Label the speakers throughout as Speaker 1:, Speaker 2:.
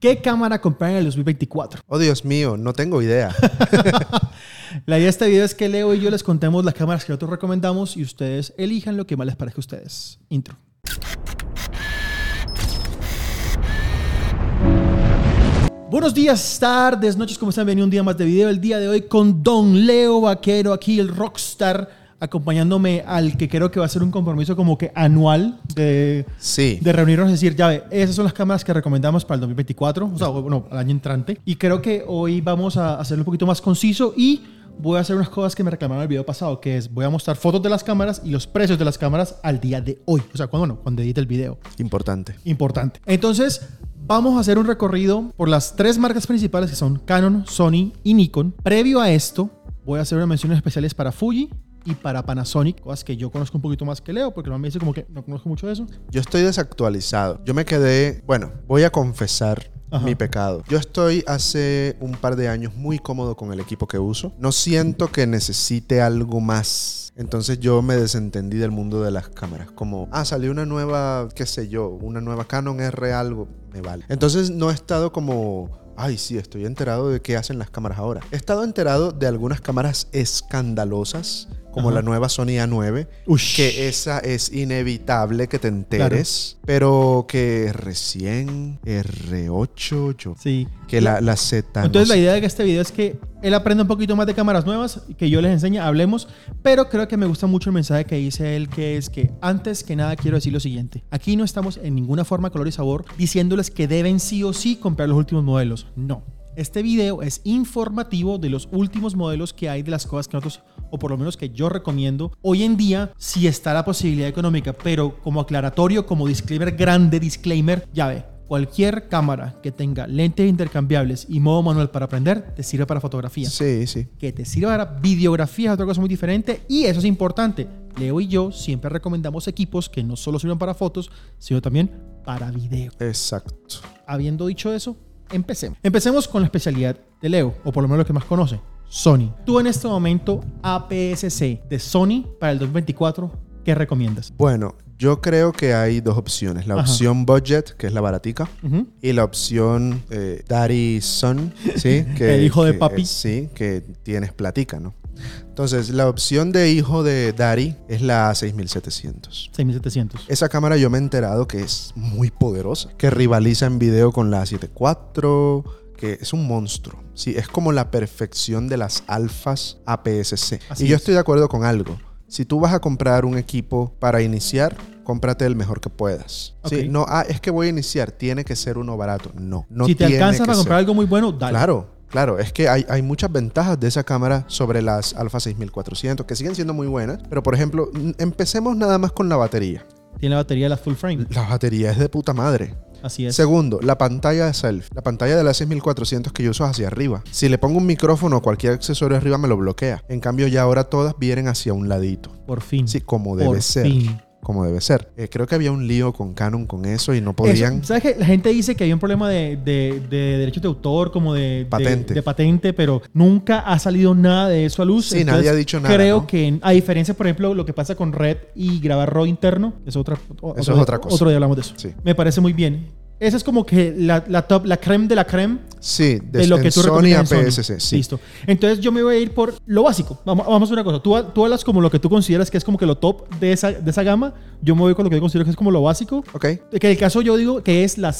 Speaker 1: ¿Qué cámara comprar en el 2024?
Speaker 2: Oh, Dios mío, no tengo idea.
Speaker 1: La idea de este video es que Leo y yo les contemos las cámaras que nosotros recomendamos y ustedes elijan lo que más les parezca a ustedes. Intro. Buenos días, tardes, noches, ¿cómo están? Bienvenido a un día más de video. El día de hoy con Don Leo Vaquero, aquí el rockstar, acompañándome al que creo que va a ser un compromiso como que anual de,
Speaker 2: Sí.
Speaker 1: de reunirnos y decir, ya ve, esas son las cámaras que recomendamos para el 2024, o sea, bueno, al año entrante. Y creo que hoy vamos a hacerlo un poquito más conciso y voy a hacer unas cosas que me reclamaron en el video pasado, que es voy a mostrar fotos de las cámaras y los precios de las cámaras al día de hoy, o sea, cuando, no, cuando edite el video
Speaker 2: Importante.
Speaker 1: importante. Entonces, vamos a hacer un recorrido por las tres marcas principales que son Canon, Sony y Nikon. Previo a esto, voy a hacer unas menciones especiales para Fuji y para Panasonic, cosas que yo conozco un poquito más que Leo, porque lo me dice como que no conozco mucho de eso.
Speaker 2: Yo estoy desactualizado. Yo me quedé, bueno, voy a confesar
Speaker 1: Ajá.
Speaker 2: mi pecado. Yo estoy hace un par de años muy cómodo con el equipo que uso. No siento que necesite algo más. Entonces yo me desentendí del mundo de las cámaras. Como, ah, salió una nueva, qué sé yo, una nueva Canon R algo, me vale. Entonces no he estado como... Ay, sí, estoy enterado de qué hacen las cámaras ahora. He estado enterado de algunas cámaras escandalosas, como
Speaker 1: Ajá.
Speaker 2: la nueva Sony A9,
Speaker 1: Ush.
Speaker 2: que eh, esa es inevitable que te enteres, pero que recién R8, yo,
Speaker 1: Sí.
Speaker 2: que la, la Z. no
Speaker 1: Entonces la
Speaker 2: sé.
Speaker 1: idea de este video es que él aprenda un poquito más de cámaras nuevas, que yo les enseñe, hablemos, pero creo que me gusta mucho el mensaje que dice él, que es que antes que nada quiero decir lo siguiente, aquí no estamos en ninguna forma, color y sabor diciéndoles que deben sí o sí comprar los últimos modelos, no. Este video es informativo de los últimos modelos que hay de las cosas que nosotros, o por lo menos que yo recomiendo, hoy en día si está la posibilidad económica, pero como aclaratorio, como disclaimer grande, disclaimer, ya ve, Cualquier cámara que tenga lentes intercambiables y modo manual para aprender te sirve para fotografía.
Speaker 2: Sí, sí.
Speaker 1: Que te sirva para videografía es otra cosa muy diferente y eso es importante. Leo y yo siempre recomendamos equipos que no solo sirven para fotos, sino también para video.
Speaker 2: Exacto.
Speaker 1: Habiendo dicho eso, empecemos. Empecemos con la especialidad de Leo, o por lo menos lo que más conoce, Sony. Tú en este momento, APS-C de Sony para el 2024, ¿qué recomiendas?
Speaker 2: Bueno, yo creo que hay dos opciones. La
Speaker 1: Ajá.
Speaker 2: opción budget, que es la baratica,
Speaker 1: Ujú.
Speaker 2: y la opción eh, daddy son, ¿sí?
Speaker 1: El hijo de
Speaker 2: que,
Speaker 1: papi.
Speaker 2: eh, sí, que tienes platica, ¿no? Entonces, la opción de hijo de daddy es la A6700.
Speaker 1: 6700.
Speaker 2: Esa cámara yo me he enterado que es muy poderosa, que rivaliza en video con la 74, que es un monstruo. Sí, es como la perfección de las alfas APS-C.
Speaker 1: Así
Speaker 2: Y yo
Speaker 1: es.
Speaker 2: estoy de acuerdo con algo. Si tú vas a comprar un equipo para iniciar, cómprate el mejor que puedas. Sí,
Speaker 1: Ok.
Speaker 2: no, ah, es que voy a iniciar, tiene que ser uno barato. No, no
Speaker 1: si te
Speaker 2: tiene
Speaker 1: alcanza
Speaker 2: que
Speaker 1: para
Speaker 2: ser.
Speaker 1: comprar algo muy bueno, dale.
Speaker 2: Claro, claro. Es que hay, hay muchas ventajas de esa cámara sobre las Alpha 6400, que siguen siendo muy buenas. Pero, por ejemplo, n- empecemos nada más con la batería.
Speaker 1: Tiene la batería de la full frame.
Speaker 2: La batería es de puta madre.
Speaker 1: Así es.
Speaker 2: Segundo, la pantalla de self. La pantalla de la 6400 que yo uso es hacia arriba. Si le pongo un micrófono o cualquier accesorio arriba me lo bloquea. En cambio ya ahora todas vienen hacia un ladito.
Speaker 1: Por fin.
Speaker 2: Sí, como
Speaker 1: Por
Speaker 2: debe ser.
Speaker 1: fin.
Speaker 2: Como debe ser. Eh, creo que había un lío con Canon con eso y no
Speaker 1: Eso,
Speaker 2: podían...
Speaker 1: ¿Sabes que La gente dice que hay un problema de, de- de derechos de autor, como de de-
Speaker 2: Patente.
Speaker 1: De, patente, pero nunca ha salido nada de eso a luz.
Speaker 2: Sí, nadie ha dicho nada,
Speaker 1: Creo
Speaker 2: ¿no?
Speaker 1: que, a diferencia, por ejemplo, lo que pasa con Red y grabar RAW interno, que es otra, o- otro
Speaker 2: Eso es
Speaker 1: día-
Speaker 2: otra cosa.
Speaker 1: Otro día hablamos de eso.
Speaker 2: Sí.
Speaker 1: Me parece muy bien. Esa es como que la, la top, la creme de la creme
Speaker 2: Sí,
Speaker 1: de
Speaker 2: des-
Speaker 1: lo que
Speaker 2: en
Speaker 1: tú
Speaker 2: Sony
Speaker 1: recomiendas en
Speaker 2: APS-C.
Speaker 1: Sony.
Speaker 2: Sí.
Speaker 1: Listo. Entonces yo me voy a ir por lo básico. Vamos, vamos a una cosa. Tú, tú hablas como lo que tú consideras que es como que lo top de esa, de esa gama. Yo me voy con lo que yo considero que es como lo básico.
Speaker 2: Ok,
Speaker 1: Que el caso yo digo que es la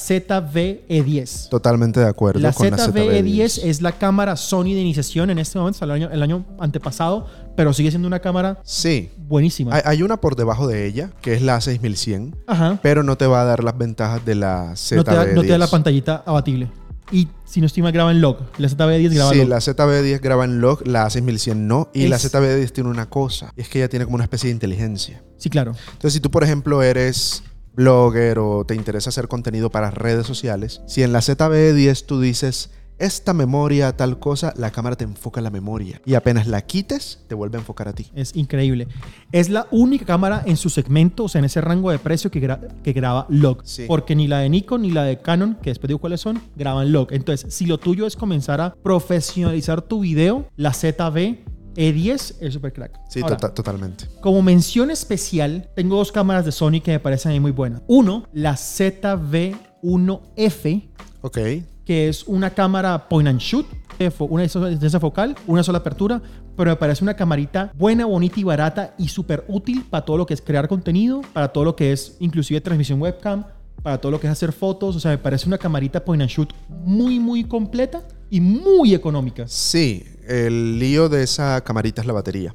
Speaker 1: ZV-E10.
Speaker 2: totalmente de acuerdo
Speaker 1: La
Speaker 2: con la E
Speaker 1: ZV-E10 es la cámara Sony de iniciación en este momento, salió el año, el año antepasado, pero sigue siendo una cámara
Speaker 2: Sí.
Speaker 1: buenísima.
Speaker 2: Hay, hay una por debajo de ella, que es la 6100,
Speaker 1: Ajá.
Speaker 2: pero no te va a dar las ventajas de la ZV-10.
Speaker 1: No te, da, no
Speaker 2: E
Speaker 1: te da la pantallita abatible. Y si no estoy mal, graba en log. La ZV-E10 graba
Speaker 2: Sí,
Speaker 1: en log.
Speaker 2: la ZB10 graba en log, la A6100 no, y la
Speaker 1: Es-
Speaker 2: ZB10 tiene una cosa, y es que ella tiene como una especie de inteligencia.
Speaker 1: Sí, claro.
Speaker 2: Entonces, si tú, por ejemplo, eres blogger o te interesa hacer contenido para redes sociales, si en la ZB10 tú dices esta memoria, tal cosa, la cámara te enfoca en la memoria, y apenas la quites, te vuelve a enfocar a ti.
Speaker 1: Es increíble. Es la única cámara en su segmento, o sea, en ese rango de precio que, gra- que graba log.
Speaker 2: Sí.
Speaker 1: Porque ni la de Nikon ni la de Canon, que después digo cuáles son, graban log. Entonces, si lo tuyo es comenzar a profesionalizar tu video, la ZV E10 es super crack.
Speaker 2: Sí,
Speaker 1: Ahora,
Speaker 2: tota- totalmente.
Speaker 1: como mención especial, tengo dos cámaras de Sony que me parecen a mí muy buenas. Uno, la ZV1F
Speaker 2: Ok.
Speaker 1: que es una cámara point and shoot, de fo- una distancia focal, una sola apertura, pero me parece una camarita buena, bonita y barata y súper útil para todo lo que es crear contenido, para todo lo que es inclusive transmisión webcam, para todo lo que es hacer fotos. O sea, me parece una camarita point and shoot muy, muy completa y muy económica,
Speaker 2: Sí, el lío de esa camarita es la batería.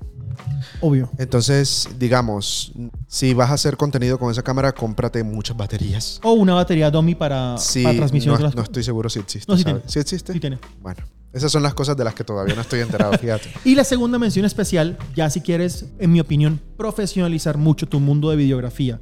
Speaker 1: obvio.
Speaker 2: Entonces, digamos, si vas a hacer contenido con esa cámara, cómprate muchas baterías.
Speaker 1: O una batería dummy para,
Speaker 2: Sí,
Speaker 1: Ah, para transmisión.
Speaker 2: no,
Speaker 1: de las-
Speaker 2: no estoy seguro si existe.
Speaker 1: No, sí
Speaker 2: ¿sabes?
Speaker 1: tiene.
Speaker 2: ¿Sí existe?
Speaker 1: Sí tiene.
Speaker 2: Bueno, esas son las cosas de las que todavía no estoy enterado, fíjate.
Speaker 1: Y la segunda mención especial, ya si quieres, en mi opinión, profesionalizar mucho tu mundo de videografía.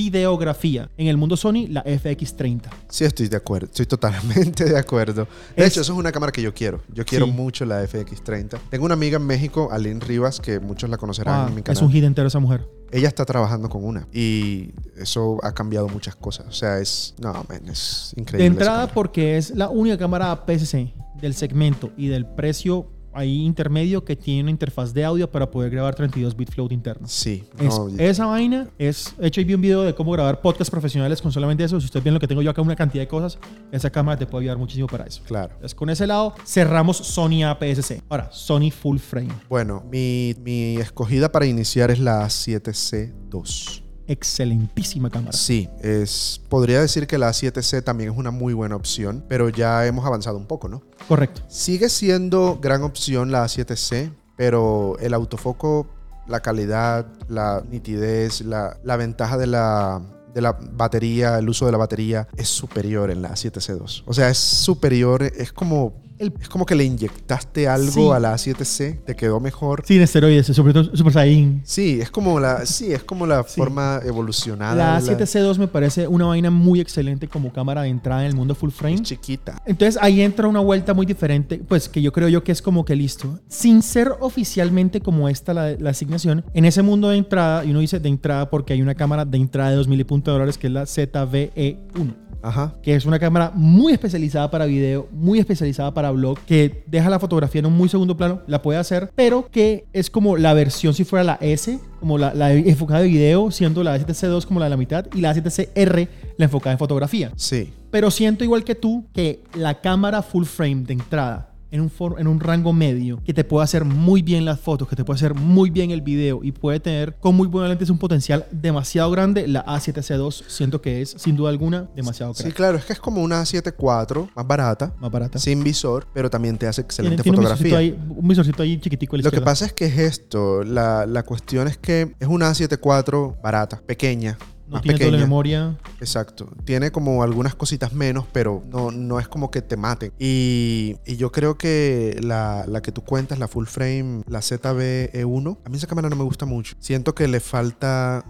Speaker 1: Videografía. En el mundo Sony, la FX30.
Speaker 2: Sí, estoy de acuerdo. Estoy totalmente de acuerdo. De
Speaker 1: Es-
Speaker 2: hecho, eso es una cámara que yo quiero. Yo quiero
Speaker 1: Sí.
Speaker 2: mucho la FX30. Tengo una amiga en México, Aline Rivas, que muchos la conocerán
Speaker 1: Ah,
Speaker 2: en mi
Speaker 1: es
Speaker 2: canal.
Speaker 1: un hit entero esa mujer.
Speaker 2: Ella está trabajando con una. Y eso ha cambiado muchas cosas. O sea, es. No, man, es increíble.
Speaker 1: de
Speaker 2: esa
Speaker 1: entrada,
Speaker 2: cámara.
Speaker 1: porque es la única cámara APS-C del segmento y del precio ahí intermedio que tiene una interfaz de audio para poder grabar 32 bit float internos.
Speaker 2: Sí.
Speaker 1: Es-
Speaker 2: no, y-
Speaker 1: esa vaina es. De hecho, ahí vi un video de cómo grabar podcasts profesionales con solamente eso. Si ustedes ven lo que tengo yo acá, una cantidad de cosas, esa cámara te puede ayudar muchísimo para eso.
Speaker 2: Claro.
Speaker 1: Entonces, con ese lado, cerramos Sony APS-C. Ahora, Sony Full Frame.
Speaker 2: Bueno, mi, mi escogida para iniciar es la A7C2.
Speaker 1: Excelentísima cámara.
Speaker 2: Sí, es, podría decir que la A7C también es una muy buena opción, pero ya hemos avanzado un poco, ¿no?
Speaker 1: Correcto.
Speaker 2: Sigue siendo gran opción la A7C, pero el autofoco, la calidad, la nitidez, la, la ventaja de la, de la batería, el uso de la batería, es superior en la A7C2. O sea, es superior, es como,
Speaker 1: El-
Speaker 2: es como que le inyectaste algo
Speaker 1: Sí.
Speaker 2: a la A7C, te quedó mejor.
Speaker 1: Sin esteroides, sobre todo Super Saiyan.
Speaker 2: Sí, es como la, sí, es como la
Speaker 1: Sí.
Speaker 2: forma evolucionada.
Speaker 1: La
Speaker 2: de
Speaker 1: 7C2 me parece una vaina muy excelente como cámara de entrada en el mundo full
Speaker 2: es
Speaker 1: frame.
Speaker 2: chiquita.
Speaker 1: Entonces ahí entra una vuelta muy diferente, pues que yo creo yo que es como que listo. Sin ser oficialmente como esta la, la asignación, en ese mundo de entrada, y uno dice de entrada porque hay una cámara de entrada de 2.000 y punto de dólares que es la E ZVE1
Speaker 2: Ajá.
Speaker 1: que es una cámara muy especializada para video, muy especializada para blog, que deja la fotografía en un muy segundo plano, la puede hacer, pero que es como la versión si fuera la S, como la, la enfocada de video, siendo la A7C2 como la de la mitad y la A7CR la enfocada en fotografía.
Speaker 2: Sí.
Speaker 1: Pero siento igual que tú que la cámara full frame de entrada en un, for- en un rango medio que te puede hacer muy bien las fotos, que te puede hacer muy bien el video y puede tener con muy buena lentes un potencial demasiado grande, la A7C2 siento que es sin duda alguna demasiado
Speaker 2: Sí,
Speaker 1: grande.
Speaker 2: claro, es que es como una A74 más barata,
Speaker 1: más barata.
Speaker 2: sin visor, pero también te hace
Speaker 1: Tiene,
Speaker 2: excelente
Speaker 1: tiene un visorcito
Speaker 2: fotografía.
Speaker 1: ahí, un visorcito ahí chiquitico a la
Speaker 2: Lo que
Speaker 1: izquierda.
Speaker 2: pasa es que es esto, la, la cuestión es que es una A74 barata, pequeña,
Speaker 1: no
Speaker 2: más Ah.
Speaker 1: tiene doble
Speaker 2: pequeña.
Speaker 1: memoria.
Speaker 2: Exacto. Tiene como algunas cositas menos, pero no, no es como que te maten. Y, y yo creo que la, la que tú cuentas, la full frame, la ZBE1, a mí esa cámara no me gusta mucho. Siento que le falta.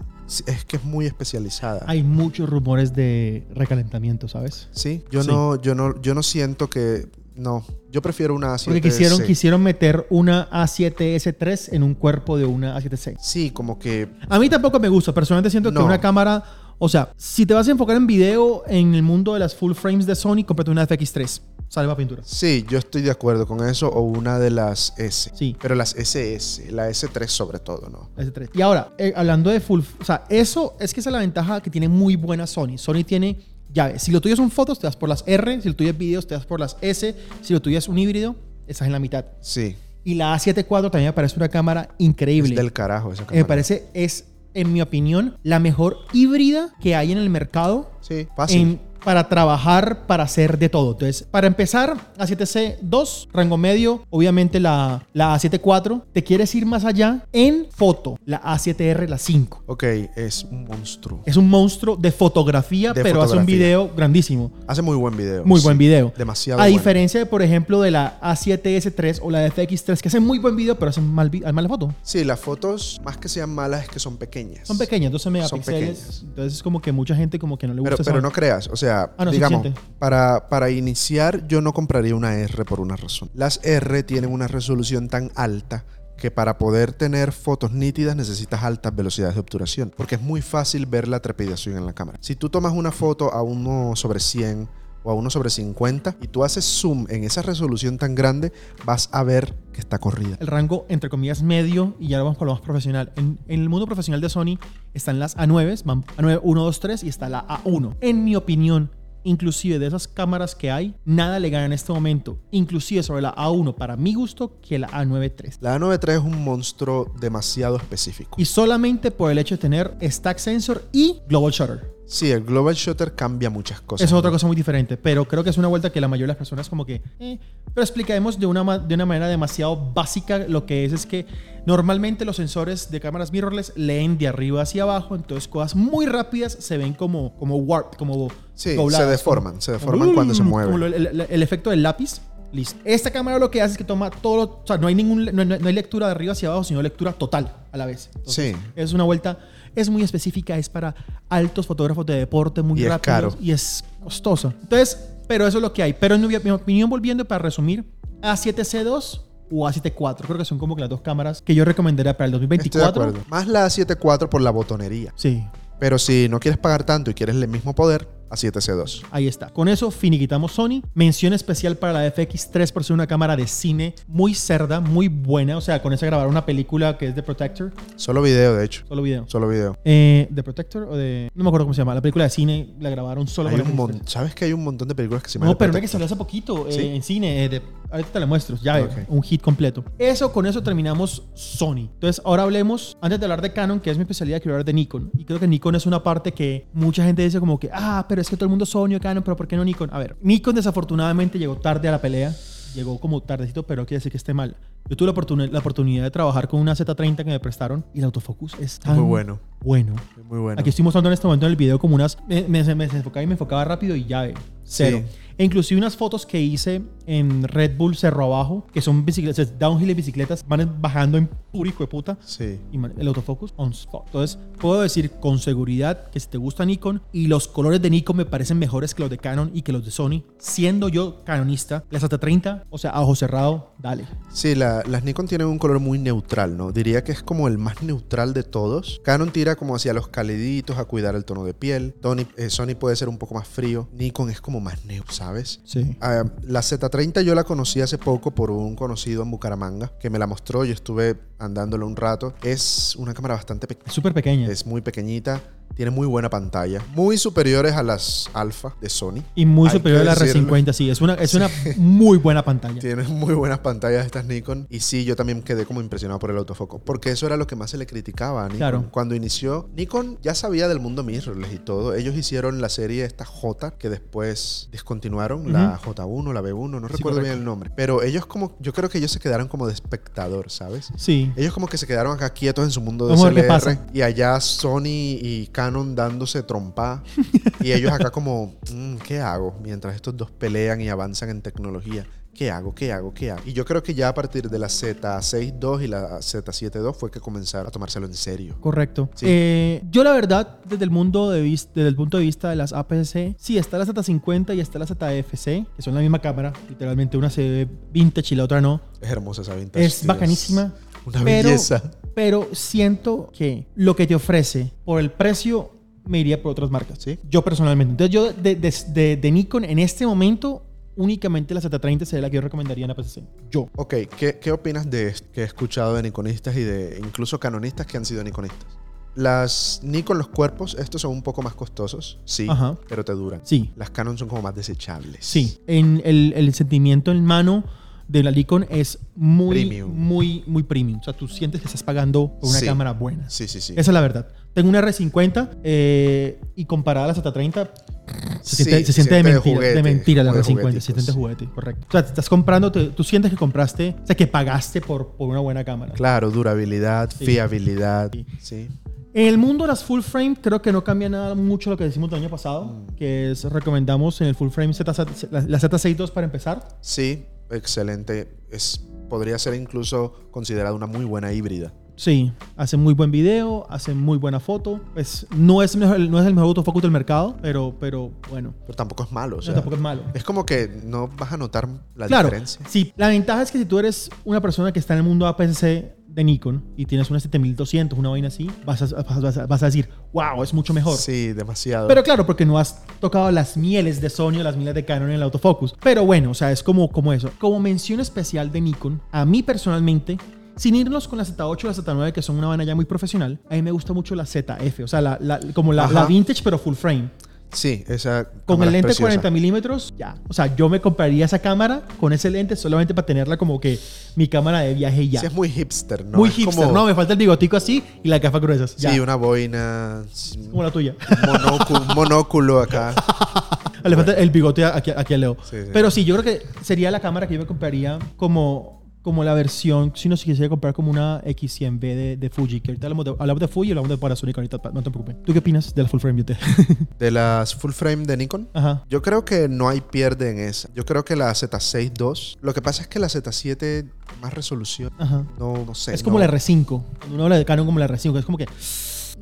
Speaker 2: Es que es muy especializada.
Speaker 1: Hay muchos rumores de recalentamiento, ¿sabes?
Speaker 2: Sí, yo
Speaker 1: Sí.
Speaker 2: no, yo no, yo no siento que. No. Yo prefiero una A7C.
Speaker 1: Porque quisieron, quisieron meter una A7S3 en un cuerpo de una A7C.
Speaker 2: Sí, como que.
Speaker 1: A mí tampoco me gusta. Personalmente siento que
Speaker 2: No.
Speaker 1: una cámara... O sea, si te vas a enfocar en video en el mundo de las full frames de Sony, cómprate una FX3. Salva pintura.
Speaker 2: Sí, yo estoy de acuerdo con eso. O una de las S.
Speaker 1: Sí.
Speaker 2: Pero las SS, la S3 sobre todo, ¿no?
Speaker 1: Ese tres. Y ahora, eh, hablando de full, o sea, eso es que esa es la ventaja que tiene muy buena Sony. Sony tiene llaves. Si lo tuyo son fotos, te das por las R. Si lo tuyo es videos, te das por las S. Si lo tuyo es un híbrido, estás en la mitad.
Speaker 2: Sí.
Speaker 1: Y la A74 también me parece una cámara
Speaker 2: Es
Speaker 1: increíble.
Speaker 2: del carajo esa cámara.
Speaker 1: me parece, es, en mi opinión, la mejor híbrida que hay en el mercado
Speaker 2: Sí, fácil.
Speaker 1: en- para trabajar, para hacer de todo. Entonces, para empezar, A7C2, rango medio, obviamente la, la A74. Te quieres ir más allá en foto, la A7R, la 5.
Speaker 2: Ok, es un monstruo.
Speaker 1: Es un monstruo de fotografía,
Speaker 2: De
Speaker 1: pero hace un
Speaker 2: fotografía.
Speaker 1: video grandísimo.
Speaker 2: Hace muy buen video.
Speaker 1: Muy
Speaker 2: sí.
Speaker 1: buen video.
Speaker 2: Demasiado
Speaker 1: A
Speaker 2: bueno.
Speaker 1: diferencia, de, por ejemplo, de la A7S3 o la FX3, que hacen muy buen video, pero hacen mal, vi- mala foto.
Speaker 2: Sí, las fotos, más que sean malas, es que son pequeñas.
Speaker 1: Son pequeñas, 12 megapíxeles.
Speaker 2: pequeñas.
Speaker 1: Entonces es como que mucha gente como que no le gusta
Speaker 2: Pero,
Speaker 1: esa
Speaker 2: pero
Speaker 1: vaina.
Speaker 2: no creas, o sea,
Speaker 1: Ah, no,
Speaker 2: digamos,
Speaker 1: suficiente.
Speaker 2: para, para iniciar yo no compraría una R por una razón. Las R tienen una resolución tan alta que para poder tener fotos nítidas necesitas altas velocidades de obturación, porque es muy fácil ver la trepidación en la cámara. Si tú tomas una foto a 1 sobre 100 o a 1 sobre 50 y tú haces zoom en esa resolución tan grande, vas a ver que está corrida.
Speaker 1: el rango entre comillas medio y ya vamos con lo más profesional. En, en el mundo profesional de Sony están las A9, van A9 1, 2, 3 y está la A1. En mi opinión, Inclusive de esas cámaras que hay, nada le gana en este momento. Inclusive sobre la A1, para mi gusto, que la A9 III.
Speaker 2: La A93 es un monstruo demasiado específico.
Speaker 1: Y solamente por el hecho de tener Stack Sensor y Global Shutter.
Speaker 2: Sí, el Global Shutter cambia muchas cosas.
Speaker 1: es otra
Speaker 2: ¿no?
Speaker 1: cosa muy diferente, pero creo que es una vuelta que la mayoría de las personas como que... eh. Pero explicaremos de una, ma- de una manera demasiado básica lo que es, es que normalmente los sensores de cámaras mirrorless leen de arriba hacia abajo, entonces cosas muy rápidas se ven como, como warp, como
Speaker 2: Sí, se
Speaker 1: dobladas,
Speaker 2: deforman, se
Speaker 1: como-
Speaker 2: deforman
Speaker 1: como-
Speaker 2: cuando se
Speaker 1: Como
Speaker 2: mueven.
Speaker 1: el, el- el efecto del lápiz. Listo. Esta cámara lo que hace es que toma todo, o sea, no hay ningún no, no- no hay lectura de arriba hacia abajo, sino lectura total a la vez. Entonces,
Speaker 2: Sí.
Speaker 1: Es una vuelta es muy específica, es para altos fotógrafos de deporte muy
Speaker 2: Y es
Speaker 1: rápidos
Speaker 2: caro.
Speaker 1: y es costoso. Entonces, pero eso es lo que hay. Pero en mi, mi opinión volviendo para resumir, A7C2 o A7 IV, creo que son como que las dos cámaras que yo recomendaría para el
Speaker 2: Estoy de
Speaker 1: 2024.
Speaker 2: acuerdo. Más la A74 por la botonería.
Speaker 1: Sí,
Speaker 2: Pero si no quieres pagar tanto y quieres el mismo poder, A7C2.
Speaker 1: Ahí está. Con eso finiquitamos Sony. Mención especial para la FX3 por ser una cámara de cine muy cerda, muy buena. O sea, con esa grabar una película que es The Protector.
Speaker 2: Solo video, de hecho.
Speaker 1: Solo video.
Speaker 2: Solo video.
Speaker 1: Eh, ¿The Protector o de.? No me acuerdo cómo se llama. La película de cine la grabaron solo
Speaker 2: Hay
Speaker 1: con
Speaker 2: un
Speaker 1: FX3.
Speaker 2: mon- ¿Sabes que hay un montón de películas que se llaman
Speaker 1: No, pero no
Speaker 2: The
Speaker 1: es que salió hace poquito eh,
Speaker 2: ¿Sí?
Speaker 1: en cine. eh, de- ahorita te la muestro. Ya, eh,
Speaker 2: Ok.
Speaker 1: un hit completo. Eso, con eso terminamos Sony. Entonces, ahora hablemos, antes de hablar de Canon, que es mi especialidad, quiero hablar de Nikon. Y creo que Nikon es una parte que mucha gente dice como que, ah, pero es que todo el mundo es Sony o Canon, pero ¿por qué no Nikon? A ver, Nikon desafortunadamente llegó tarde a la pelea. Llegó como tardecito, pero no quiere decir que esté mal. Yo tuve la, oportuni- la oportunidad de trabajar con una Z30 que me prestaron y el autofocus es tan
Speaker 2: Muy bueno.
Speaker 1: bueno.
Speaker 2: Muy bueno.
Speaker 1: Aquí estoy mostrando en este momento en el video como unas... Me, me- me desenfocaba y me enfocaba rápido y ya, eh, cero.
Speaker 2: Sí.
Speaker 1: E inclusive unas fotos que hice en Red Bull Cerro Abajo, que son bicicletas, downhill y bicicletas, van bajando en puro hijo de puta.
Speaker 2: Sí.
Speaker 1: Y man- el autofocus on spot. Entonces, puedo decir con seguridad que si te gusta Nikon y los colores de Nikon me parecen mejores que los de Canon y que los de Sony, siendo yo canonista, las hasta 30, o sea, a ojo cerrado, dale.
Speaker 2: Sí, la- las Nikon tienen un color muy neutral, ¿no? Diría que es como el más neutral de todos. Canon tira como hacia los caliditos, a cuidar el tono de piel. Tony, eh, Sony puede ser un poco más frío. Nikon es como más neutral, ¿sabes?
Speaker 1: Sí.
Speaker 2: Ah, la Z30 yo la conocí hace poco por un conocido en Bucaramanga que me la mostró. Yo estuve andándola un rato. Es una cámara bastante pequeña.
Speaker 1: Es súper pequeña.
Speaker 2: Es muy pequeñita. Tiene muy buena pantalla. Muy superiores a las Alpha de Sony.
Speaker 1: Y muy
Speaker 2: Hay que
Speaker 1: superior a la
Speaker 2: decirlo.
Speaker 1: R50, sí. Es una, es una muy buena pantalla.
Speaker 2: Tienen muy buenas pantallas estas Nikon. Y sí, yo también quedé como impresionado por el autofoco. Porque eso era lo que más se le criticaba a Nikon.
Speaker 1: Claro.
Speaker 2: Cuando inició, Nikon ya sabía del mundo mirrorless y todo. Ellos hicieron la serie esta J, que después descontinuaron, la J1, la B1, no
Speaker 1: Sí,
Speaker 2: recuerdo bien
Speaker 1: correcto.
Speaker 2: el nombre. Pero ellos como, yo creo que ellos se quedaron como de espectador, ¿sabes?
Speaker 1: Sí.
Speaker 2: Ellos como que se quedaron acá quietos en su mundo de
Speaker 1: Vamos a ver qué
Speaker 2: CLR
Speaker 1: pasa.
Speaker 2: y allá Sony y Canon dándose trompa y ellos acá como, "Mm, ¿qué hago? Mientras estos dos pelean y avanzan en tecnología. ¿Qué hago? ¿Qué hago? ¿Qué hago? Y yo creo que ya a partir de la Z6.2 y la Z7.2 fue que comenzaron a tomárselo en serio.
Speaker 1: Correcto.
Speaker 2: Sí.
Speaker 1: Eh, yo la verdad, desde el mundo de vis- desde el punto de vista de las APS-C, sí, está la Z50 y está la ZFC, que son la misma cámara, literalmente una se ve vintage y la otra no.
Speaker 2: Es hermosa esa vintage.
Speaker 1: Es
Speaker 2: tío.
Speaker 1: bacanísima.
Speaker 2: Una
Speaker 1: pero-
Speaker 2: belleza.
Speaker 1: Pero siento que lo que te ofrece por el precio me iría por otras marcas.
Speaker 2: Sí.
Speaker 1: Yo personalmente. Entonces yo de, de- de- de Nikon en este momento únicamente la Z30 sería la que yo recomendaría en APS-C. Yo.
Speaker 2: Ok, ¿qué, qué opinas de esto que he escuchado de niconistas y de incluso canonistas que han sido niconistas? Las Nikon, los cuerpos, estos son un poco más costosos, sí,
Speaker 1: Ajá.
Speaker 2: pero te duran.
Speaker 1: Sí.
Speaker 2: Las Canon son como más desechables.
Speaker 1: Sí, en el, el sentimiento en mano de la Nikon es muy,
Speaker 2: Premium.
Speaker 1: muy, muy premium. O sea, tú sientes que estás pagando por una
Speaker 2: Sí.
Speaker 1: cámara buena.
Speaker 2: Sí, sí, sí.
Speaker 1: Esa es la verdad. Tengo una R50 eh, y comparada a la Z30, se
Speaker 2: Sí,
Speaker 1: siente, se siente de, mentira,
Speaker 2: juguete,
Speaker 1: de mentira la
Speaker 2: como de
Speaker 1: R50. Se
Speaker 2: juguetico,
Speaker 1: siente de
Speaker 2: sí.
Speaker 1: juguete, correcto. O sea, te estás comprando, te- tú sientes que compraste, o sea, que pagaste por, por una buena cámara.
Speaker 2: Claro, durabilidad,
Speaker 1: Sí.
Speaker 2: fiabilidad.
Speaker 1: Sí.
Speaker 2: Sí.
Speaker 1: En el mundo de las full frame, creo que no cambia nada mucho lo que decimos el año pasado,
Speaker 2: Mm.
Speaker 1: que es, recomendamos en el full frame Z, la, la Z62 para empezar.
Speaker 2: Sí, excelente. Es, podría ser incluso considerada una muy buena híbrida.
Speaker 1: Sí, hace muy buen video, hace muy buena foto. Pues no es, mejor- no es el mejor autofocus del mercado, pero, pero bueno,
Speaker 2: Pero tampoco es malo. o
Speaker 1: no,
Speaker 2: sea,
Speaker 1: tampoco es malo.
Speaker 2: es como que no vas a notar la
Speaker 1: claro,
Speaker 2: diferencia.
Speaker 1: sí, la ventaja es que si tú eres una persona que está en el mundo APS-C de Nikon y tienes una 7200, una vaina así, vas a, vas a- vas a- vas a decir, wow, es mucho mejor.
Speaker 2: Sí, demasiado.
Speaker 1: Pero claro, porque no has tocado las mieles de Sony o las mieles de Canon en el autofocus. Pero bueno, o sea, es como, como eso. Como mención especial de Nikon, a mí personalmente, sin irnos con la Z8 o la Z9, que son una vaina ya muy profesional, a mí me gusta mucho la ZF, o sea, la, la- como la,
Speaker 2: Ajá.
Speaker 1: la vintage pero full frame.
Speaker 2: Sí, esa.
Speaker 1: Con
Speaker 2: cámara
Speaker 1: el
Speaker 2: es
Speaker 1: lente
Speaker 2: preciosa.
Speaker 1: 40 milímetros, ya. O sea, yo me compraría esa cámara con ese lente solamente para tenerla como que mi cámara de viaje y ya.
Speaker 2: Sí, es muy hipster, ¿no?
Speaker 1: Muy
Speaker 2: Es
Speaker 1: hipster,
Speaker 2: como-
Speaker 1: ¿no? Me falta el bigotico así y las gafas gruesas. Ya.
Speaker 2: Sí, una boina.
Speaker 1: Como la tuya.
Speaker 2: monóculo, monóculo acá.
Speaker 1: Ah, Le falta el bigote aquí, aquí a Leo.
Speaker 2: Sí, sí.
Speaker 1: Pero sí, yo creo que sería la cámara que yo me compraría como, como la versión, si no se quisiera comprar como una X100B de, de Fuji. Que ahorita hablamos de, hablamos de Fuji y hablamos de Panasonic ahorita, pa- no te preocupes. ¿Tú qué opinas de la full frame UT?
Speaker 2: De las full frame de Nikon.
Speaker 1: Ajá.
Speaker 2: Yo creo que no hay pierde en esa. Yo creo que la Z6 II. Lo que pasa es que la Z7 más resolución.
Speaker 1: Ajá.
Speaker 2: No, no sé.
Speaker 1: es como
Speaker 2: no.
Speaker 1: la R5. Cuando uno habla de Canon como la R5, es como que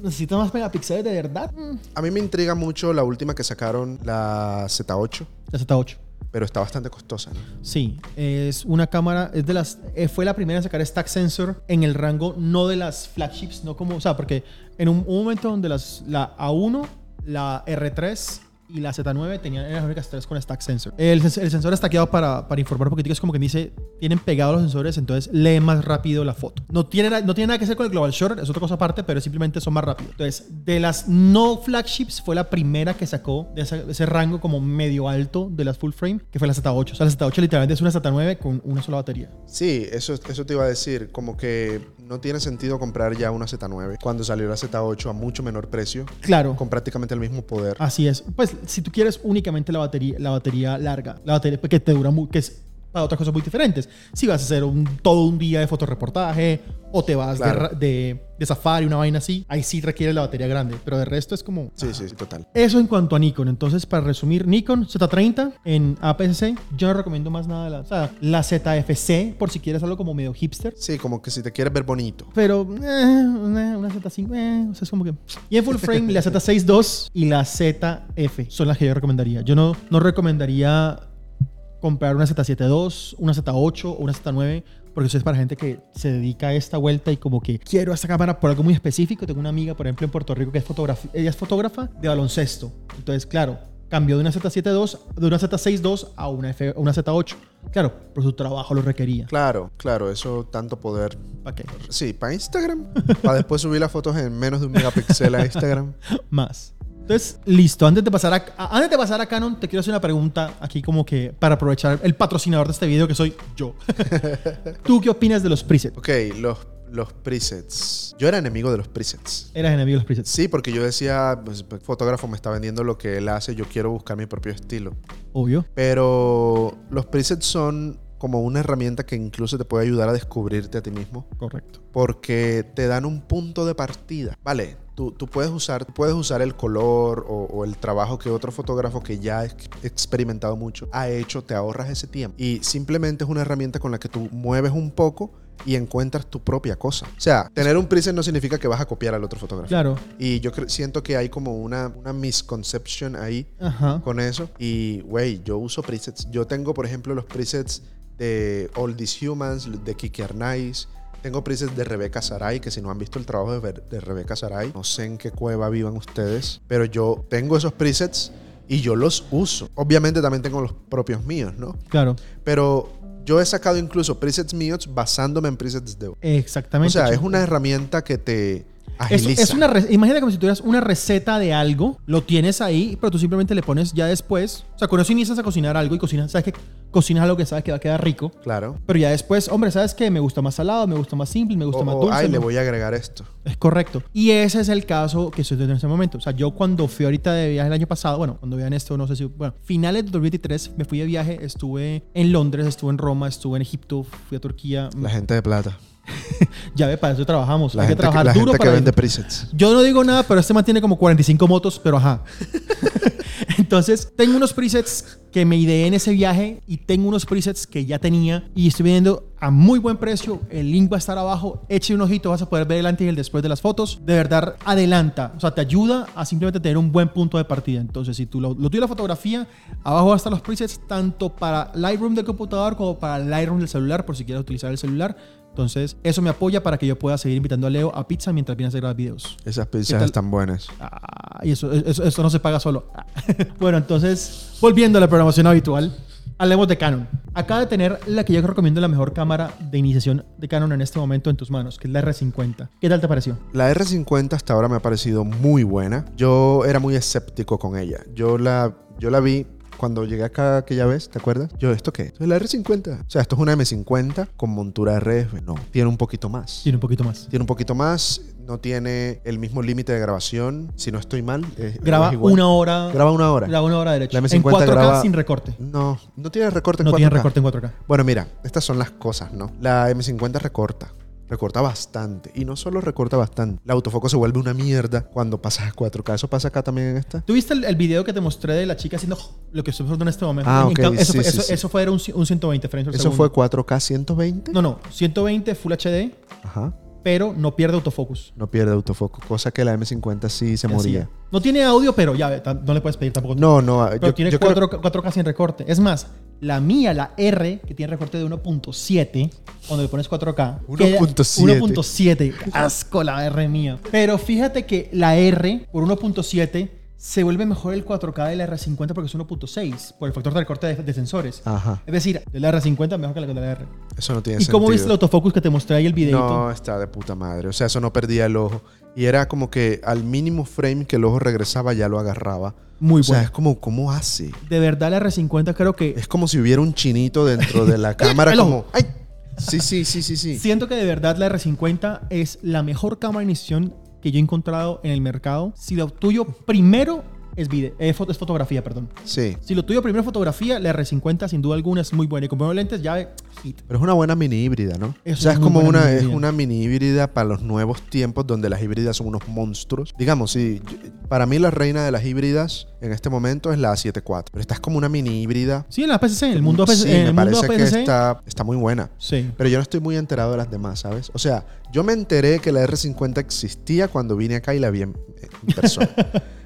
Speaker 1: necesita más megapíxeles de verdad. Mm.
Speaker 2: A mí me intriga mucho la última que sacaron, la Z8.
Speaker 1: La Z8.
Speaker 2: Pero está bastante costosa, ¿no?
Speaker 1: Sí, es una cámara, es de las, eh, fue la primera en sacar stack sensor en el rango no de las flagships, no como, o sea, porque en un, un momento donde las, la A1, la R3 y la Z9 tenían eran las únicas tres con stack sensor. El, sens- el sensor stackeado para, para informar un poquitico es como que dice, tienen pegados los sensores, entonces lee más rápido la foto. No tiene, na- no tiene nada que hacer con el global shutter, es otra cosa aparte, pero simplemente son más rápidos. Entonces, de las no flagships fue la primera que sacó de ese, de ese rango como medio alto de las full frame, que fue la Z8. O sea, la Z8 literalmente es una Z9 con una sola batería.
Speaker 2: Sí, eso, eso te iba a decir. Como que no tiene sentido comprar ya una Z9 cuando salió la Z8 a mucho menor precio,
Speaker 1: Claro.
Speaker 2: con prácticamente el mismo poder.
Speaker 1: Así es. Pues si tú quieres únicamente la batería, la batería larga, la batería que te dura muy, que es para otras cosas muy diferentes. Si vas a hacer un, todo un día de fotoreportaje o te vas de
Speaker 2: Claro.
Speaker 1: ra- de, de safari, una vaina así, ahí sí requiere la batería grande, pero de resto es como... ah.
Speaker 2: Sí, sí, sí, total.
Speaker 1: Eso en cuanto a Nikon. Entonces, para resumir, Nikon Z30 en APS-C. Yo no recomiendo más nada de la, o sea, la ZFC, por si quieres algo como medio hipster.
Speaker 2: Sí, como que si te quieres ver bonito.
Speaker 1: Pero eh, una, una Z5, eh, o sea, es como que... Y en full frame, la Z6 II y la ZF son las que yo recomendaría. Yo no, no recomendaría comprar una Z7 II, una Z8 o una Z9, porque eso es para gente que se dedica a esta vuelta y como que quiero esta cámara por algo muy específico. Tengo una amiga, por ejemplo, en Puerto Rico que es, fotógrafa- ella es fotógrafa de baloncesto. Entonces, claro, cambió de una Z7 II, de una Z6 II a una, F- a una Z8. Claro, por su trabajo lo requería.
Speaker 2: Claro, claro, eso tanto poder.
Speaker 1: ¿Para qué?
Speaker 2: Sí, para Instagram. Para después subir las fotos en menos de un megapíxel a Instagram.
Speaker 1: más. Entonces, listo. Antes de, pasar a, a- antes de pasar a Canon, te quiero hacer una pregunta aquí como que para aprovechar el patrocinador de este video que soy yo. ¿Tú qué opinas de los presets?
Speaker 2: Ok, los, los presets. Yo era enemigo de los presets.
Speaker 1: Eras enemigo de los presets.
Speaker 2: Sí, porque yo decía, pues, el fotógrafo me está vendiendo lo que él hace, yo quiero buscar mi propio estilo.
Speaker 1: Obvio.
Speaker 2: Pero los presets son como una herramienta que incluso te puede ayudar a descubrirte a ti mismo
Speaker 1: Correcto.
Speaker 2: porque te dan un punto de partida. Vale, tú, tú puedes, usar, puedes usar el color o, o el trabajo que otro fotógrafo que ya ha ex- experimentado mucho ha hecho, te ahorras ese tiempo. Y simplemente es una herramienta con la que tú mueves un poco y encuentras tu propia cosa. O sea, tener un preset no significa que vas a copiar al otro fotógrafo.
Speaker 1: Claro.
Speaker 2: Y yo cre- siento que hay como una, una misconception ahí
Speaker 1: Ajá.
Speaker 2: con eso. Y, güey, yo uso presets. Yo tengo, por ejemplo, los presets de All These Humans, de Kiki Arnaiz. Tengo presets de Rebeca Saray, que si no han visto el trabajo de, Ver- de Rebeca Saray, no sé en qué cueva vivan ustedes, pero yo tengo esos presets y yo los uso. Obviamente también tengo los propios míos, ¿no?
Speaker 1: Claro.
Speaker 2: Pero yo he sacado incluso presets míos basándome en presets de... O
Speaker 1: Exactamente.
Speaker 2: sea, es una herramienta que te
Speaker 1: Es,
Speaker 2: agiliza.
Speaker 1: es una re- imagina como si tuvieras una receta de algo, lo tienes ahí, pero tú simplemente le pones ya después. O sea, cuando eso inicias a cocinar algo y cocinas, sabes que cocinas algo que sabes que va a quedar rico,
Speaker 2: Claro.
Speaker 1: pero ya después, hombre, sabes que me gusta más salado, me gusta más simple, me gusta
Speaker 2: O-
Speaker 1: más
Speaker 2: o,
Speaker 1: dulce.
Speaker 2: ay,
Speaker 1: me
Speaker 2: le voy a agregar esto.
Speaker 1: Es correcto. Y ese es el caso que estoy teniendo en este momento. O sea, yo cuando fui ahorita de viaje el año pasado, bueno, cuando vean esto, no sé si, bueno, finales de 2023 me fui de viaje, estuve en Londres, estuve en Roma, estuve en Egipto, fui a Turquía.
Speaker 2: La gente de plata.
Speaker 1: Ya ve, para eso trabajamos.
Speaker 2: La
Speaker 1: Hay
Speaker 2: gente,
Speaker 1: que trabajar
Speaker 2: la
Speaker 1: duro
Speaker 2: gente que
Speaker 1: para
Speaker 2: vende
Speaker 1: disfrutar.
Speaker 2: presets.
Speaker 1: Yo no digo nada, pero este man tiene como 45 motos, pero ajá. Entonces, tengo unos presets que me ideé en ese viaje y tengo unos presets que ya tenía y estoy viendo a muy buen precio. El link va a estar abajo. Eche un ojito, vas a poder ver el antes y el después de las fotos. De verdad, adelanta. O sea, te ayuda a simplemente tener un buen punto de partida. Entonces, si tú lo, lo tuyo es la fotografía, abajo van a estar los presets tanto para Lightroom del computador como para Lightroom del celular, por si quieres utilizar el celular. Entonces, eso me apoya para que yo pueda seguir invitando a Leo a pizza mientras viene a hacer los videos.
Speaker 2: Esas
Speaker 1: ¿Qué
Speaker 2: pizzas
Speaker 1: tal?
Speaker 2: están buenas.
Speaker 1: Ah, y eso, eso, eso no se paga solo. Ah. bueno, entonces, volviendo a la programación habitual, hablemos de Canon. Acaba de tener la que yo recomiendo la mejor cámara de iniciación de Canon en este momento en tus manos, que es la R50. ¿Qué tal te pareció?
Speaker 2: La R50 hasta ahora me ha parecido muy buena. Yo era muy escéptico con ella. Yo la, yo la vi cuando llegué acá aquella vez, ¿te acuerdas? Yo, ¿esto qué? Esto es la R50. O sea, esto es una M50 con montura RF. No, tiene un poquito más.
Speaker 1: Tiene un poquito más.
Speaker 2: Tiene un poquito más, no tiene el mismo límite de grabación. Si no estoy mal, es-
Speaker 1: Graba
Speaker 2: es igual.
Speaker 1: una hora.
Speaker 2: Graba una hora.
Speaker 1: Graba una hora derecha.
Speaker 2: La
Speaker 1: en
Speaker 2: M50
Speaker 1: 4K
Speaker 2: graba-
Speaker 1: sin recorte.
Speaker 2: No, no tiene recorte en
Speaker 1: No tiene
Speaker 2: 4K.
Speaker 1: recorte en 4K.
Speaker 2: Bueno, mira, estas son las cosas, ¿no? La M50 recorta. Recorta bastante. Y no solo recorta bastante. La autofoco se vuelve una mierda cuando pasas a 4K. Eso pasa acá también en esta.
Speaker 1: ¿Tuviste el, el video que te mostré de la chica haciendo lo que estoy haciendo en este momento?
Speaker 2: Ah,
Speaker 1: En
Speaker 2: ok,
Speaker 1: cam- Eso,
Speaker 2: sí,
Speaker 1: fue,
Speaker 2: sí,
Speaker 1: eso-
Speaker 2: sí.
Speaker 1: eso fueron un, ci- un 120 frames por
Speaker 2: Eso
Speaker 1: segundo.
Speaker 2: fue 4K 120.
Speaker 1: No, no. 120 Full HD,
Speaker 2: Ajá.
Speaker 1: pero no pierde autofocus.
Speaker 2: No pierde autofoco. Cosa que la M50 sí
Speaker 1: Así
Speaker 2: se
Speaker 1: es.
Speaker 2: moría.
Speaker 1: No tiene audio, pero ya ta- no le puedes pedir tampoco.
Speaker 2: No, no. ah,
Speaker 1: pero tiene
Speaker 2: creo-
Speaker 1: 4, k sin recorte. Es más, la mía, la R, que tiene recorte de 1.7, cuando le pones 4K.
Speaker 2: 1.7.
Speaker 1: 1.7. 1.7. Asco la R mía. Pero fíjate que la R por 1.7 se vuelve mejor el 4K de la R50 porque es 1.6 por el factor de recorte de, de sensores.
Speaker 2: Ajá.
Speaker 1: Es decir, de la R50 mejor que la de la R.
Speaker 2: Eso no Ah. tiene
Speaker 1: ¿Y cómo viste el
Speaker 2: sentido.
Speaker 1: autofocus que te mostré ahí el videito?
Speaker 2: No, está de puta madre. O sea, eso no perdía el ojo. Y era como que al mínimo frame que el ojo regresaba ya lo agarraba.
Speaker 1: Muy
Speaker 2: o sea,
Speaker 1: bueno.
Speaker 2: es como, ¿cómo hace?
Speaker 1: De verdad la R50 creo que
Speaker 2: Es como si hubiera un chinito dentro de la cámara
Speaker 1: el
Speaker 2: como...
Speaker 1: ojo.
Speaker 2: ¡Ay! Sí, sí, sí, sí, sí.
Speaker 1: Siento que de verdad la R50 es la mejor cámara de iniciación que yo he encontrado en el mercado. Si lo tuyo primero es, vide- eh, foto- es fotografía, perdón.
Speaker 2: Sí.
Speaker 1: Si lo tuyo primero es fotografía, la R50 sin duda alguna es muy buena. Y con buenos lentes ya eh, hit.
Speaker 2: Pero es una buena mini híbrida, ¿no?
Speaker 1: Es
Speaker 2: o sea,
Speaker 1: una
Speaker 2: es
Speaker 1: muy
Speaker 2: como
Speaker 1: buena
Speaker 2: una,
Speaker 1: mini
Speaker 2: es
Speaker 1: híbrida.
Speaker 2: una mini híbrida para los nuevos tiempos donde las híbridas son unos monstruos. Digamos, sí, yo- para mí la reina de las híbridas en este momento es la A74. Pero esta es como una mini híbrida.
Speaker 1: Sí, en la PCC, en el mundo APC.
Speaker 2: Sí,
Speaker 1: en
Speaker 2: me
Speaker 1: el mundo
Speaker 2: parece que
Speaker 1: APC.
Speaker 2: está, está muy buena.
Speaker 1: Sí.
Speaker 2: Pero yo no estoy muy enterado de las demás, ¿sabes? O sea, yo me enteré que la R50 existía cuando vine acá y la vi en, en persona.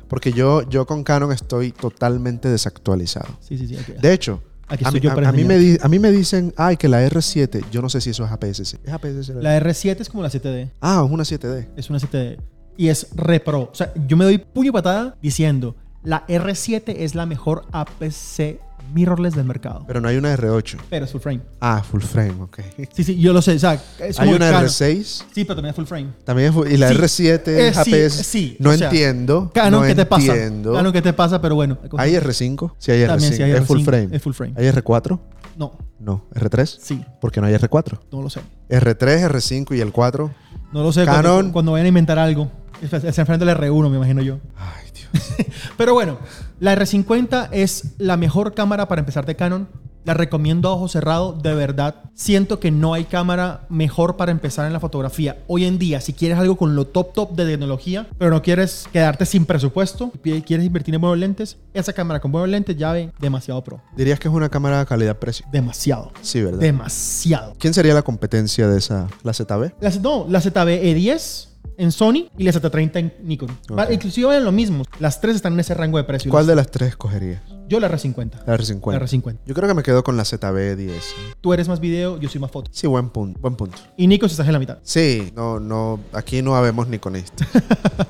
Speaker 2: Porque yo, yo con Canon estoy totalmente desactualizado.
Speaker 1: Sí, sí, sí. ok.
Speaker 2: De hecho,
Speaker 1: Aquí
Speaker 2: a
Speaker 1: estoy
Speaker 2: mí,
Speaker 1: yo
Speaker 2: a-
Speaker 1: para
Speaker 2: a mí me
Speaker 1: enseñarte.
Speaker 2: di- a mí me dicen, ay, que la R7, yo no sé si eso es APS-C. ¿Es APS-C? la-
Speaker 1: La R7 es como la 7D.
Speaker 2: Ah, es una 7D.
Speaker 1: Es una 7D. Y es repro. O sea, yo me doy puño y patada diciendo la R7 es la mejor APC mirrorless del mercado.
Speaker 2: Pero no hay una R8.
Speaker 1: Pero es full frame.
Speaker 2: Ah, full frame, ok.
Speaker 1: Sí, sí, yo lo sé. O sea, es
Speaker 2: Hay
Speaker 1: muy
Speaker 2: una
Speaker 1: caro.
Speaker 2: R6.
Speaker 1: Sí, pero también es full frame.
Speaker 2: También es full- y la
Speaker 1: Sí.
Speaker 2: R7 es
Speaker 1: Eh, sí,
Speaker 2: APS.
Speaker 1: sí,
Speaker 2: no
Speaker 1: o sea,
Speaker 2: entiendo.
Speaker 1: Canon,
Speaker 2: no
Speaker 1: ¿qué te pasa?
Speaker 2: entiendo.
Speaker 1: Canon, ¿qué te pasa? Pero bueno.
Speaker 2: ¿Hay R5? Sí, hay R5.
Speaker 1: También sí hay
Speaker 2: Es full
Speaker 1: R5,
Speaker 2: frame.
Speaker 1: es full frame.
Speaker 2: ¿Hay R4?
Speaker 1: No,
Speaker 2: No. ¿R3?
Speaker 1: sí,
Speaker 2: ¿Por qué no hay R4?
Speaker 1: no lo sé.
Speaker 2: R3, R5 y el 4.
Speaker 1: No lo sé. cuando-
Speaker 2: Canon.
Speaker 1: Cuando, vayan a inventar algo. Es- es- Se enfrenta al R1, me imagino yo.
Speaker 2: Ay, Dios.
Speaker 1: Pero bueno, la R50 es la mejor cámara para empezar de Canon. La recomiendo a ojo cerrado, de verdad. Siento que no hay cámara mejor para empezar en la fotografía. Hoy en día, si quieres algo con lo top top de tecnología, pero no quieres quedarte sin presupuesto, y quieres invertir en buenos lentes, esa cámara con buenos lentes ya ve demasiado pro.
Speaker 2: Dirías que es una cámara de calidad-precio.
Speaker 1: Demasiado.
Speaker 2: Sí, ¿verdad?
Speaker 1: Demasiado.
Speaker 2: ¿Quién sería la competencia de esa? ¿La ZB?
Speaker 1: La, no, la ZB-E10 en Sony y la Z30 en Nikon. Va-
Speaker 2: Ok.
Speaker 1: Inclusive valen lo mismo. Las tres están en ese rango de precios.
Speaker 2: ¿Cuál de las tres escogerías?
Speaker 1: Yo la R50.
Speaker 2: La R50.
Speaker 1: La R50.
Speaker 2: Yo creo que me quedo con la ZB10.
Speaker 1: Tú eres más video, yo soy más foto.
Speaker 2: Sí, buen punto. Buen punto.
Speaker 1: Y Nikon estás en la mitad.
Speaker 2: Sí, no, no, aquí no habemos ni con esto.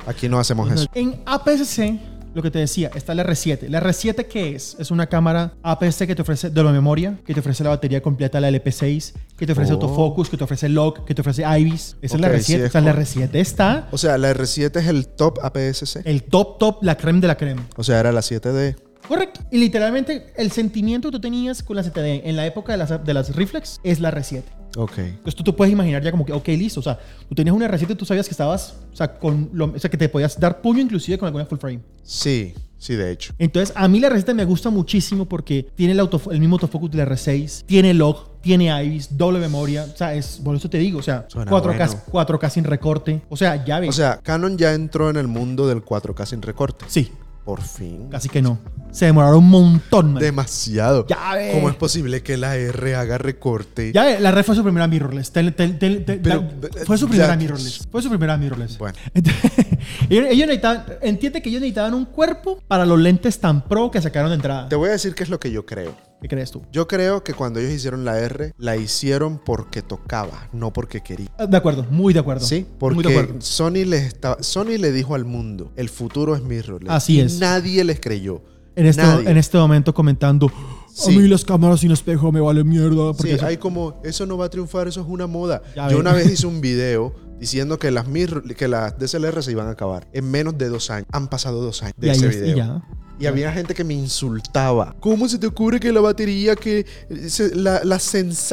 Speaker 2: Aquí no hacemos eso.
Speaker 1: En APS-C, lo que te decía, está la R7. ¿La R7 qué es? Es una cámara APS-C que te ofrece de la memoria, que te ofrece la batería completa, la LP6, que te ofrece
Speaker 2: Oh.
Speaker 1: autofocus, que te ofrece log, que te ofrece IBIS. Esa
Speaker 2: Ok,
Speaker 1: es
Speaker 2: sí,
Speaker 1: la R7.
Speaker 2: es
Speaker 1: o sea, la
Speaker 2: como-
Speaker 1: R7 está
Speaker 2: O sea, la R7 es el top APS-C.
Speaker 1: el top, top, la creme de la creme.
Speaker 2: O sea, era la 7D.
Speaker 1: Correcto. Y literalmente el sentimiento que tú tenías con la ZD en la época de las, de las reflex es la R7.
Speaker 2: Ok.
Speaker 1: Entonces tú, tú puedes imaginar ya como que, ok, listo. O sea, tú tenías una R7 y tú sabías que estabas, o sea, con lo- o sea, que te podías dar puño inclusive con alguna full frame.
Speaker 2: Sí, sí, de hecho.
Speaker 1: Entonces a mí la R7 me gusta muchísimo porque tiene el, autof- el mismo autofocus de la R6, tiene log, tiene IBIS, doble memoria. O sea, es, por eso te digo, o sea,
Speaker 2: Suena
Speaker 1: 4K,
Speaker 2: bueno.
Speaker 1: 4K sin recorte. O sea, ya ves.
Speaker 2: O sea, Canon ya entró en el mundo del 4K sin recorte.
Speaker 1: sí,
Speaker 2: Por fin.
Speaker 1: casi que no. Se demoraron un montón, man.
Speaker 2: Demasiado.
Speaker 1: Ya ves.
Speaker 2: ¿Cómo es posible que la R haga recorte?
Speaker 1: Ya, eh, la red fue su primera mirrorless. Tel- tel- tel- tel-
Speaker 2: Pero, eh,
Speaker 1: la- fue su primera
Speaker 2: ya-
Speaker 1: mirrorless. Fue su primera mirrorless.
Speaker 2: Bueno.
Speaker 1: Entonces, ellos, ellos necesitaban, entiende que ellos necesitaban un cuerpo para los lentes tan pro que sacaron de entrada.
Speaker 2: Te voy a decir qué es lo que yo creo.
Speaker 1: ¿Qué crees tú?
Speaker 2: Yo creo que cuando ellos hicieron la R, la hicieron porque tocaba, no porque quería.
Speaker 1: Ah, De acuerdo, muy de acuerdo.
Speaker 2: Sí,
Speaker 1: muy de
Speaker 2: porque
Speaker 1: acuerdo.
Speaker 2: Sony, les estaba, Sony le dijo al mundo, el futuro es mirrorless.
Speaker 1: Así
Speaker 2: Y
Speaker 1: es.
Speaker 2: Nadie les creyó.
Speaker 1: En este,
Speaker 2: nadie.
Speaker 1: en este momento comentando,
Speaker 2: Sí.
Speaker 1: A mí las cámaras sin espejo me vale mierda. Porque
Speaker 2: Sí,
Speaker 1: eso-
Speaker 2: hay como, eso no va a triunfar, eso es una moda.
Speaker 1: Ya
Speaker 2: Yo
Speaker 1: ves.
Speaker 2: una vez hice un video diciendo que las, mirror- que las DSLR se iban a acabar en menos de dos años. Han pasado dos años de
Speaker 1: y ahí
Speaker 2: ese
Speaker 1: es- y
Speaker 2: video.
Speaker 1: ya.
Speaker 2: Y había gente que me insultaba. ¿Cómo se te ocurre que la batería, que eh, se- la, la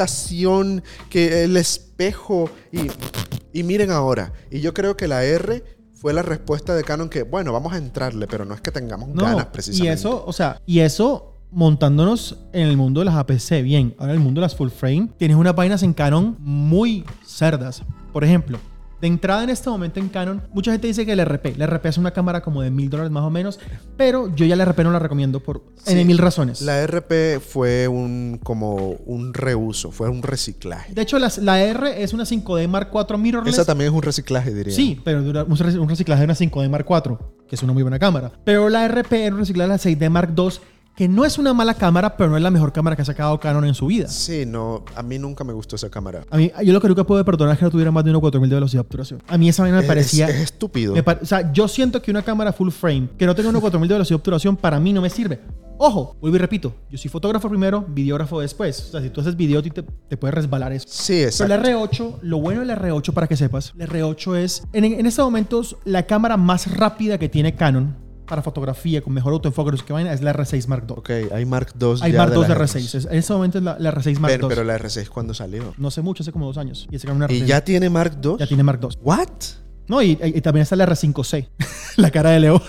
Speaker 2: sensación, que el espejo? Y, y miren ahora. Y yo creo que la R fue la respuesta de Canon que, bueno, vamos a entrarle, pero no es que tengamos
Speaker 1: No,
Speaker 2: ganas precisamente.
Speaker 1: Y eso, o sea, y eso montándonos en el mundo de las APC, bien. Ahora en el mundo de las full frame, tienes unas vainas en Canon muy cerdas. Por ejemplo, de entrada en este momento en Canon, mucha gente dice que el RP, el RP es una cámara como de mil dólares más o menos, pero yo ya el RP no la recomiendo por
Speaker 2: Sí,
Speaker 1: N mil razones.
Speaker 2: La RP fue un como un reuso, fue un reciclaje.
Speaker 1: de hecho, las- la R es una 5D Mark IV mirrorless.
Speaker 2: Esa también es un reciclaje, diría.
Speaker 1: Sí, pero dura- un rec- un reciclaje de una 5D Mark IV, que es una muy buena cámara. Pero la RP era un reciclaje de la 6D Mark II, que no es una mala cámara, pero no es la mejor cámara que ha sacado Canon en su vida.
Speaker 2: Sí, no, a mí nunca me gustó esa cámara.
Speaker 1: A mí, yo lo que nunca puedo perdonar es que no tuviera más de 1.4000 de velocidad de obturación. A mí esa vaina me
Speaker 2: Es-
Speaker 1: parecía...
Speaker 2: es, estúpido.
Speaker 1: me pa- o sea, yo siento que una cámara full frame que no tenga 1.4000 de velocidad de obturación para mí no me sirve. Ojo, vuelvo y repito, yo soy fotógrafo primero, videógrafo después. O sea, si tú haces video, a ti te, te puede resbalar eso.
Speaker 2: sí,
Speaker 1: Pero
Speaker 2: exacto.
Speaker 1: la R8, lo bueno de la R8, para que sepas, la R8 es, en, en estos momentos, la cámara más rápida que tiene Canon para fotografía con mejor autoenfoque, no sé qué vaina, es la R6 Mark II.
Speaker 2: Ok, hay Mark II.
Speaker 1: Hay
Speaker 2: ya
Speaker 1: Mark II de
Speaker 2: las
Speaker 1: R6. Es- En este momento es la, la R6 Mark
Speaker 2: Pero,
Speaker 1: II.
Speaker 2: pero la R6 cuando salió.
Speaker 1: No sé mucho, hace como dos años. Y ese una
Speaker 2: Y
Speaker 1: R6.
Speaker 2: ya tiene Mark II.
Speaker 1: Ya tiene Mark II.
Speaker 2: What?
Speaker 1: No, y, y- y también está la R5C. la cara de Leo.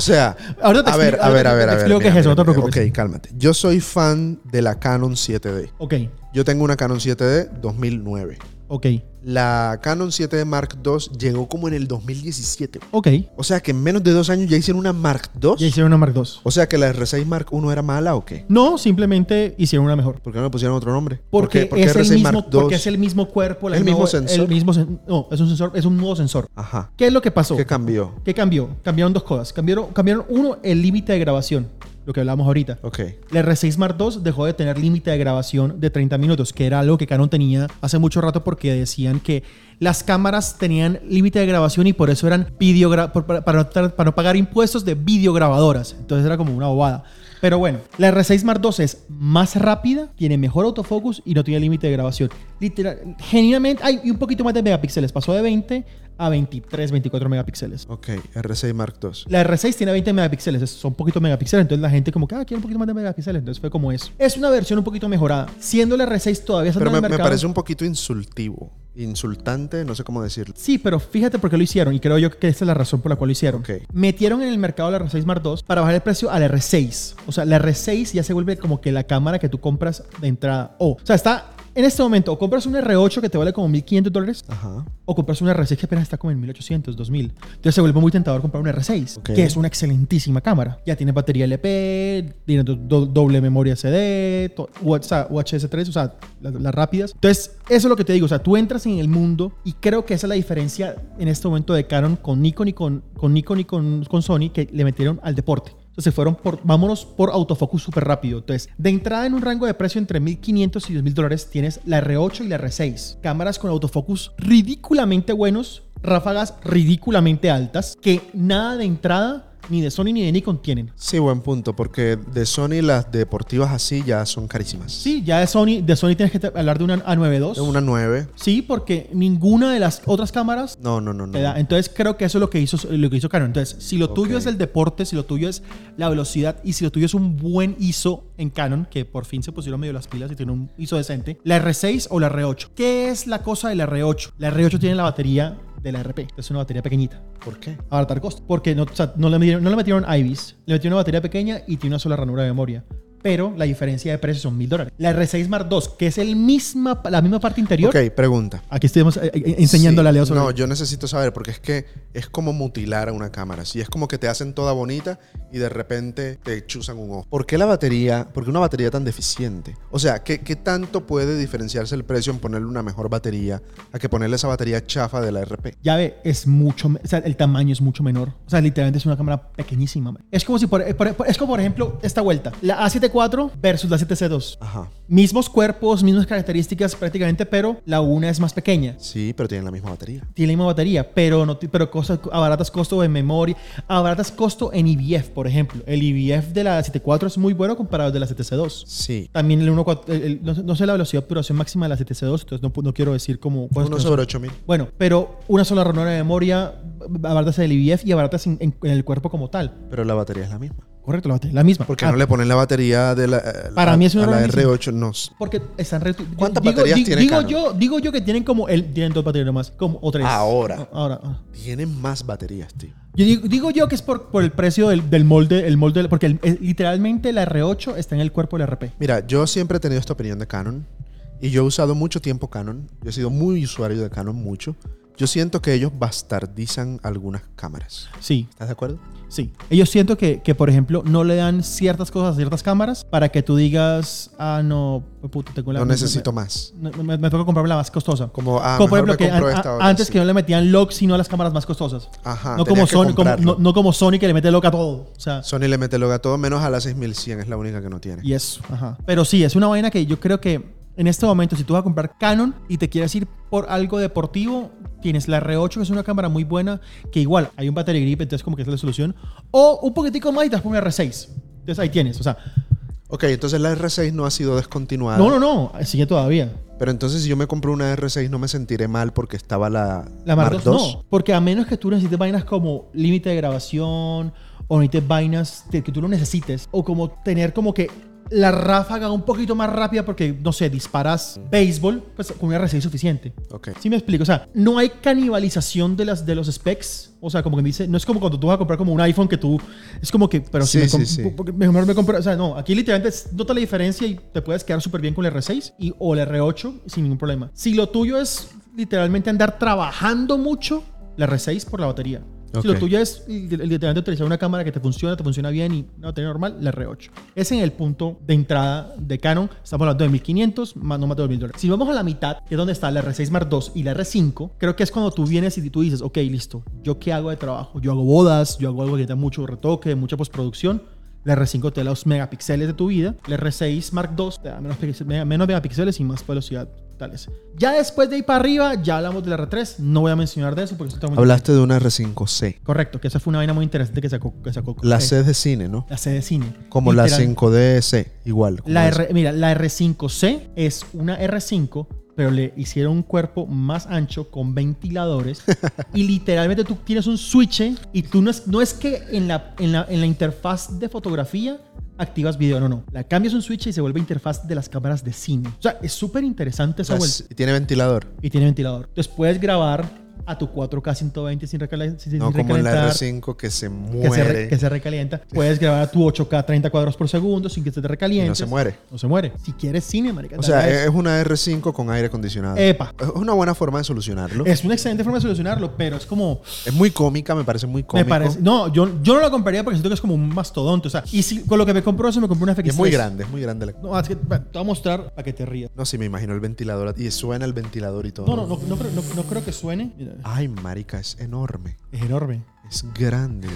Speaker 2: sea,
Speaker 1: Ahorita te
Speaker 2: a ver,
Speaker 1: explico- ahorita
Speaker 2: a ver, a
Speaker 1: te-
Speaker 2: ver,
Speaker 1: te
Speaker 2: a ver.
Speaker 1: explico qué
Speaker 2: mira,
Speaker 1: es eso, no te
Speaker 2: mira, mira.
Speaker 1: preocupes.
Speaker 2: Ok, cálmate. Yo soy fan de la Canon 7D.
Speaker 1: ok,
Speaker 2: Yo tengo una Canon 7D 2009.
Speaker 1: ok,
Speaker 2: La Canon 7D Mark II llegó como en el 2017.
Speaker 1: ok.
Speaker 2: O sea que en menos de dos años ya hicieron una Mark II.
Speaker 1: Ya hicieron una Mark II.
Speaker 2: O sea que la R6 Mark I era mala o qué?
Speaker 1: No, simplemente hicieron una mejor.
Speaker 2: ¿Por qué no le pusieron otro nombre? ¿Por
Speaker 1: Porque,
Speaker 2: qué- por qué
Speaker 1: es, el
Speaker 2: R6
Speaker 1: mismo,
Speaker 2: Mark
Speaker 1: porque
Speaker 2: II?
Speaker 1: es el mismo cuerpo, la
Speaker 2: El
Speaker 1: misma-
Speaker 2: mismo sensor.
Speaker 1: el mismo sen- no, es un sensor, es un nuevo sensor.
Speaker 2: Ajá.
Speaker 1: ¿Qué es lo que pasó?
Speaker 2: ¿Qué cambió?
Speaker 1: ¿Qué cambió? Cambiaron dos cosas. Cambiaron, cambiaron uno, el límite de grabación, lo que hablábamos ahorita.
Speaker 2: Ok.
Speaker 1: La R6 Mark II dejó de tener límite de grabación de 30 minutos, que era algo que Canon tenía hace mucho rato porque decían que las cámaras tenían límite de grabación y por eso eran videogra por- para, para no tar- para no pagar impuestos de videograbadoras. Entonces era como una bobada. Pero bueno, la R6 Mark II es más rápida, tiene mejor autofocus y no tiene límite de grabación. Literal, genuinamente hay un poquito más de megapíxeles. Pasó de 20 a 23, 24 megapíxeles.
Speaker 2: Ok, R6 Mark II.
Speaker 1: La R6 tiene 20 megapíxeles, es- son poquitos megapíxeles, entonces la gente como que, ah, quiero un poquito más de megapíxeles, entonces fue como eso. Es una versión un poquito mejorada, siendo la R6 todavía está
Speaker 2: Pero
Speaker 1: en
Speaker 2: me,
Speaker 1: el
Speaker 2: me
Speaker 1: mercado.
Speaker 2: parece un poquito insultivo. Insultante, no sé cómo decirlo.
Speaker 1: Sí, pero fíjate por qué lo hicieron y creo yo que esa es la razón por la cual lo hicieron.
Speaker 2: Ok.
Speaker 1: Metieron en el mercado la R6 Mark II para bajar el precio a la R6. O sea, la R6 ya se vuelve como que la cámara que tú compras de entrada. O, o sea, está en este momento, o compras un R8 que te vale como 1.500 dólares
Speaker 2: Ajá.
Speaker 1: o compras una R6 que apenas está como en 1800, 2000. Entonces se vuelve muy tentador comprar una R6,
Speaker 2: Ok.
Speaker 1: que es una excelentísima cámara. Ya tiene batería LP, tiene do- do- doble memoria CD, to- WhatsApp- UHS3, o sea, la- las rápidas. Entonces, eso es lo que te digo, o sea, tú entras en el mundo y creo que esa es la diferencia en este momento de Canon con Nikon y con, con Nikon y con, con Sony que le metieron al deporte. Entonces se fueron por, vámonos por autofocus súper rápido. Entonces, de entrada en un rango de precio entre 1.500 y 2.000 dólares tienes la R8 y la R6. Cámaras con autofocus ridículamente buenos, ráfagas ridículamente altas, que nada de entrada ni de Sony ni de Nikon tienen.
Speaker 2: Sí, buen punto, porque de Sony las deportivas así ya son carísimas.
Speaker 1: Sí, ya de Sony, de Sony tienes que te- hablar de una
Speaker 2: Es
Speaker 1: A92.
Speaker 2: Una 9.
Speaker 1: Sí, porque ninguna de las otras cámaras
Speaker 2: No, no, no, no.
Speaker 1: Te da- Entonces creo que eso es lo que hizo, lo que hizo Canon. Entonces, si lo tuyo
Speaker 2: Ok.
Speaker 1: es el deporte, si lo tuyo es la velocidad y si lo tuyo es un buen ISO en Canon, que por fin se pusieron medio las pilas y tiene un ISO decente, la R6 o la R8. ¿Qué es la cosa de la R8? La R8 tiene la batería de la RP, es una batería pequeñita.
Speaker 2: ¿Por qué?
Speaker 1: Abaratar costo. Porque no, o sea, no, le metieron, no le metieron IBIS, le metieron una batería pequeña y tiene una sola ranura de memoria. Pero la diferencia de precio son mil dólares. La R6 Mark II, que es el misma, la misma parte interior.
Speaker 2: Ok, pregunta.
Speaker 1: Aquí estuvimos eh, eh, enseñándole
Speaker 2: Sí.
Speaker 1: a Leo sobre
Speaker 2: No, yo necesito saber, porque es que es como mutilar a una cámara. Si es como que te hacen toda bonita y de repente te chuzan un ojo. ¿Por qué la batería? ¿Por qué una batería tan deficiente? O sea, ¿qué, qué tanto puede diferenciarse el precio en ponerle una mejor batería a que ponerle esa batería chafa de la RP?
Speaker 1: Ya ve, es mucho, me- o sea, el tamaño es mucho menor. O sea, literalmente es una cámara pequeñísima. man. Es como si, por, por- por- es como por ejemplo, esta vuelta. La A7 7.4 versus la 7C2.
Speaker 2: Ajá.
Speaker 1: Mismos cuerpos, mismas características prácticamente, pero la una es más pequeña.
Speaker 2: Sí, pero tienen la misma batería.
Speaker 1: Tiene la misma batería, pero, no, ti- pero cosas, abaratas costo en memoria, abaratas costo en IBF, por ejemplo. El IBF de la 7.4 es muy bueno comparado al de la 7C2.
Speaker 2: Sí.
Speaker 1: También el 1.4, el- el- no, sé- no sé la velocidad de obturación máxima de la 7C2, entonces no, pu- no quiero decir como... cosas que
Speaker 2: Uno
Speaker 1: Pues no sé.
Speaker 2: sobre 8000.
Speaker 1: Bueno, pero una sola ranura de memoria, abaratas el IBF y abaratas en, en- en el cuerpo como tal.
Speaker 2: Pero la batería es la misma.
Speaker 1: Correcto, la batería es la misma.
Speaker 2: ¿Por qué
Speaker 1: Ah,
Speaker 2: no le ponen la batería de la, eh,
Speaker 1: Para
Speaker 2: a-
Speaker 1: mí es un
Speaker 2: a la
Speaker 1: error mismo.
Speaker 2: R8? No. s-
Speaker 1: Ah, Porque están retu- yo-
Speaker 2: ¿Cuántas baterías
Speaker 1: di-
Speaker 2: tiene
Speaker 1: digo
Speaker 2: Canon?
Speaker 1: yo, digo yo que tienen como el tienen dos baterías nomás, como o tres.
Speaker 2: Ahora.
Speaker 1: Ahora. ah.
Speaker 2: Tienen más baterías, tío.
Speaker 1: Yo digo, digo yo que es por, por el precio del, del molde, el molde porque el- el- literalmente la R8 está en el cuerpo del RP.
Speaker 2: Mira, yo siempre he tenido esta opinión de Canon. Y yo he usado mucho tiempo Canon. Yo he sido muy usuario de Canon, mucho. Yo siento que ellos bastardizan algunas cámaras.
Speaker 1: Sí,
Speaker 2: ¿Estás de acuerdo?
Speaker 1: sí. Ellos siento que, que, por ejemplo no le dan ciertas cosas a ciertas cámaras para que tú digas, ah no, puta, tengo la
Speaker 2: No necesito más.
Speaker 1: me, me- me toca comprar la más costosa.
Speaker 2: Como, ah,
Speaker 1: como por
Speaker 2: mejor
Speaker 1: ejemplo
Speaker 2: me
Speaker 1: que
Speaker 2: compro
Speaker 1: an-
Speaker 2: esta
Speaker 1: a-
Speaker 2: ahora,
Speaker 1: antes
Speaker 2: sí.
Speaker 1: que no le metían lock sino a las cámaras más costosas.
Speaker 2: Ajá,
Speaker 1: no como
Speaker 2: tenías que
Speaker 1: Sony, como,
Speaker 2: comprarlo.
Speaker 1: no, no como Sony que le mete lock a todo, o sea,
Speaker 2: Sony le mete lo a todo menos a la 6100, es la única que no tiene.
Speaker 1: Y eso, ajá. Pero sí, es una vaina que yo creo que en este momento, si tú vas a comprar Canon y te quieres ir por algo deportivo, tienes la R8, que es una cámara muy buena, que igual hay un battery grip, entonces como que es la solución. O un poquitico más y te vas por una R6. Entonces ahí tienes, o sea,
Speaker 2: Ok, entonces la R6 no ha sido descontinuada.
Speaker 1: no, no, no, sigue todavía.
Speaker 2: Pero entonces si yo me compro una R6 no me sentiré mal porque estaba la,
Speaker 1: La Mark, II
Speaker 2: II.
Speaker 1: no, porque a menos que tú necesites vainas como límite de grabación o necesites vainas de- que tú no necesites o como tener como que la ráfaga un poquito más rápida porque, no sé, disparas béisbol, pues con una R6 es suficiente.
Speaker 2: Ok.
Speaker 1: Sí me explico, o sea, no hay canibalización de, las, de los specs, o sea, como que dice, no es como cuando tú vas a comprar como un iPhone que tú, es como que, pero si
Speaker 2: Sí,
Speaker 1: me com-
Speaker 2: sí, sí.
Speaker 1: po- porque mejor me compro, o sea, no, aquí literalmente es- nota la diferencia y te puedes quedar súper bien con el R6 y, o el R8 sin ningún problema. Si lo tuyo es literalmente andar trabajando mucho, la R6 por la batería.
Speaker 2: Ok.
Speaker 1: Si lo tuyo es li- literalmente utilizar una cámara que te funciona, te funciona bien y una batería normal, la R8. Ese es el punto de entrada de Canon. Estamos hablando de 1500, más no más de 2000 dólares. Si vamos a la mitad, que es donde está la R6 Mark II y la R5, creo que es cuando tú vienes y tú dices, ok, listo, ¿yo qué hago de trabajo? Yo hago bodas, yo hago algo que tenga mucho retoque, mucha postproducción. La R5 te da los megapíxeles de tu vida. La R6 Mark II te da menos, píxeles- mega- menos megapíxeles y más velocidad. Tales. Ya después de ahí para arriba, ya hablamos de la R3. No voy a mencionar de eso porque eso está muy
Speaker 2: Hablaste de una R5C.
Speaker 1: Correcto, que esa fue una vaina muy interesante que sacó. Que sacó
Speaker 2: La
Speaker 1: eh,
Speaker 2: C es de cine, ¿no?
Speaker 1: la C de cine.
Speaker 2: Como
Speaker 1: Literal.
Speaker 2: la 5DC, igual. como
Speaker 1: La
Speaker 2: esa.
Speaker 1: R, mira, la R5C es una R5, pero le hicieron un cuerpo más ancho con ventiladores. y literalmente tú tienes un switch y tú no es, no es que en la, en, la, en la interfaz de fotografía activas video, no, no. La cambias un switch y se vuelve interfaz de las cámaras de cine. O sea, es súper interesante
Speaker 2: O
Speaker 1: esa
Speaker 2: sea,
Speaker 1: vuelta.
Speaker 2: es- y tiene ventilador.
Speaker 1: Y tiene ventilador. Entonces puedes grabar a tu 4K 120 sin, recala- sin
Speaker 2: No como en la
Speaker 1: recalentar
Speaker 2: R5 que se
Speaker 1: que se, re-
Speaker 2: muere.
Speaker 1: que se recalienta. Puedes grabar a tu 8K 30 cuadros por segundo sin que se te
Speaker 2: y
Speaker 1: recaliente.
Speaker 2: no se muere.
Speaker 1: No se muere. Si quieres cine, marica.
Speaker 2: O sea, eh,
Speaker 1: dale a
Speaker 2: es una R5 con aire acondicionado.
Speaker 1: eso. Epa.
Speaker 2: Es una buena forma de solucionarlo.
Speaker 1: Es una excelente forma de solucionarlo, pero es como...
Speaker 2: Es muy cómica, me parece muy cómica.
Speaker 1: Me parece... No, yo, yo no la compraría porque siento que es como un mastodonte. O sea, y si con lo que me compró eso me compró una FX3.
Speaker 2: es muy grande, es muy grande. la-
Speaker 1: No, es que, bueno, te voy a mostrar para que te rías.
Speaker 2: No, sí, me imagino el ventilador. Y suena el ventilador y todo.
Speaker 1: No, no, no, no, creo, no, no creo que suene. Mira,
Speaker 2: Ay, marica, es enorme.
Speaker 1: es enorme.
Speaker 2: Es grande.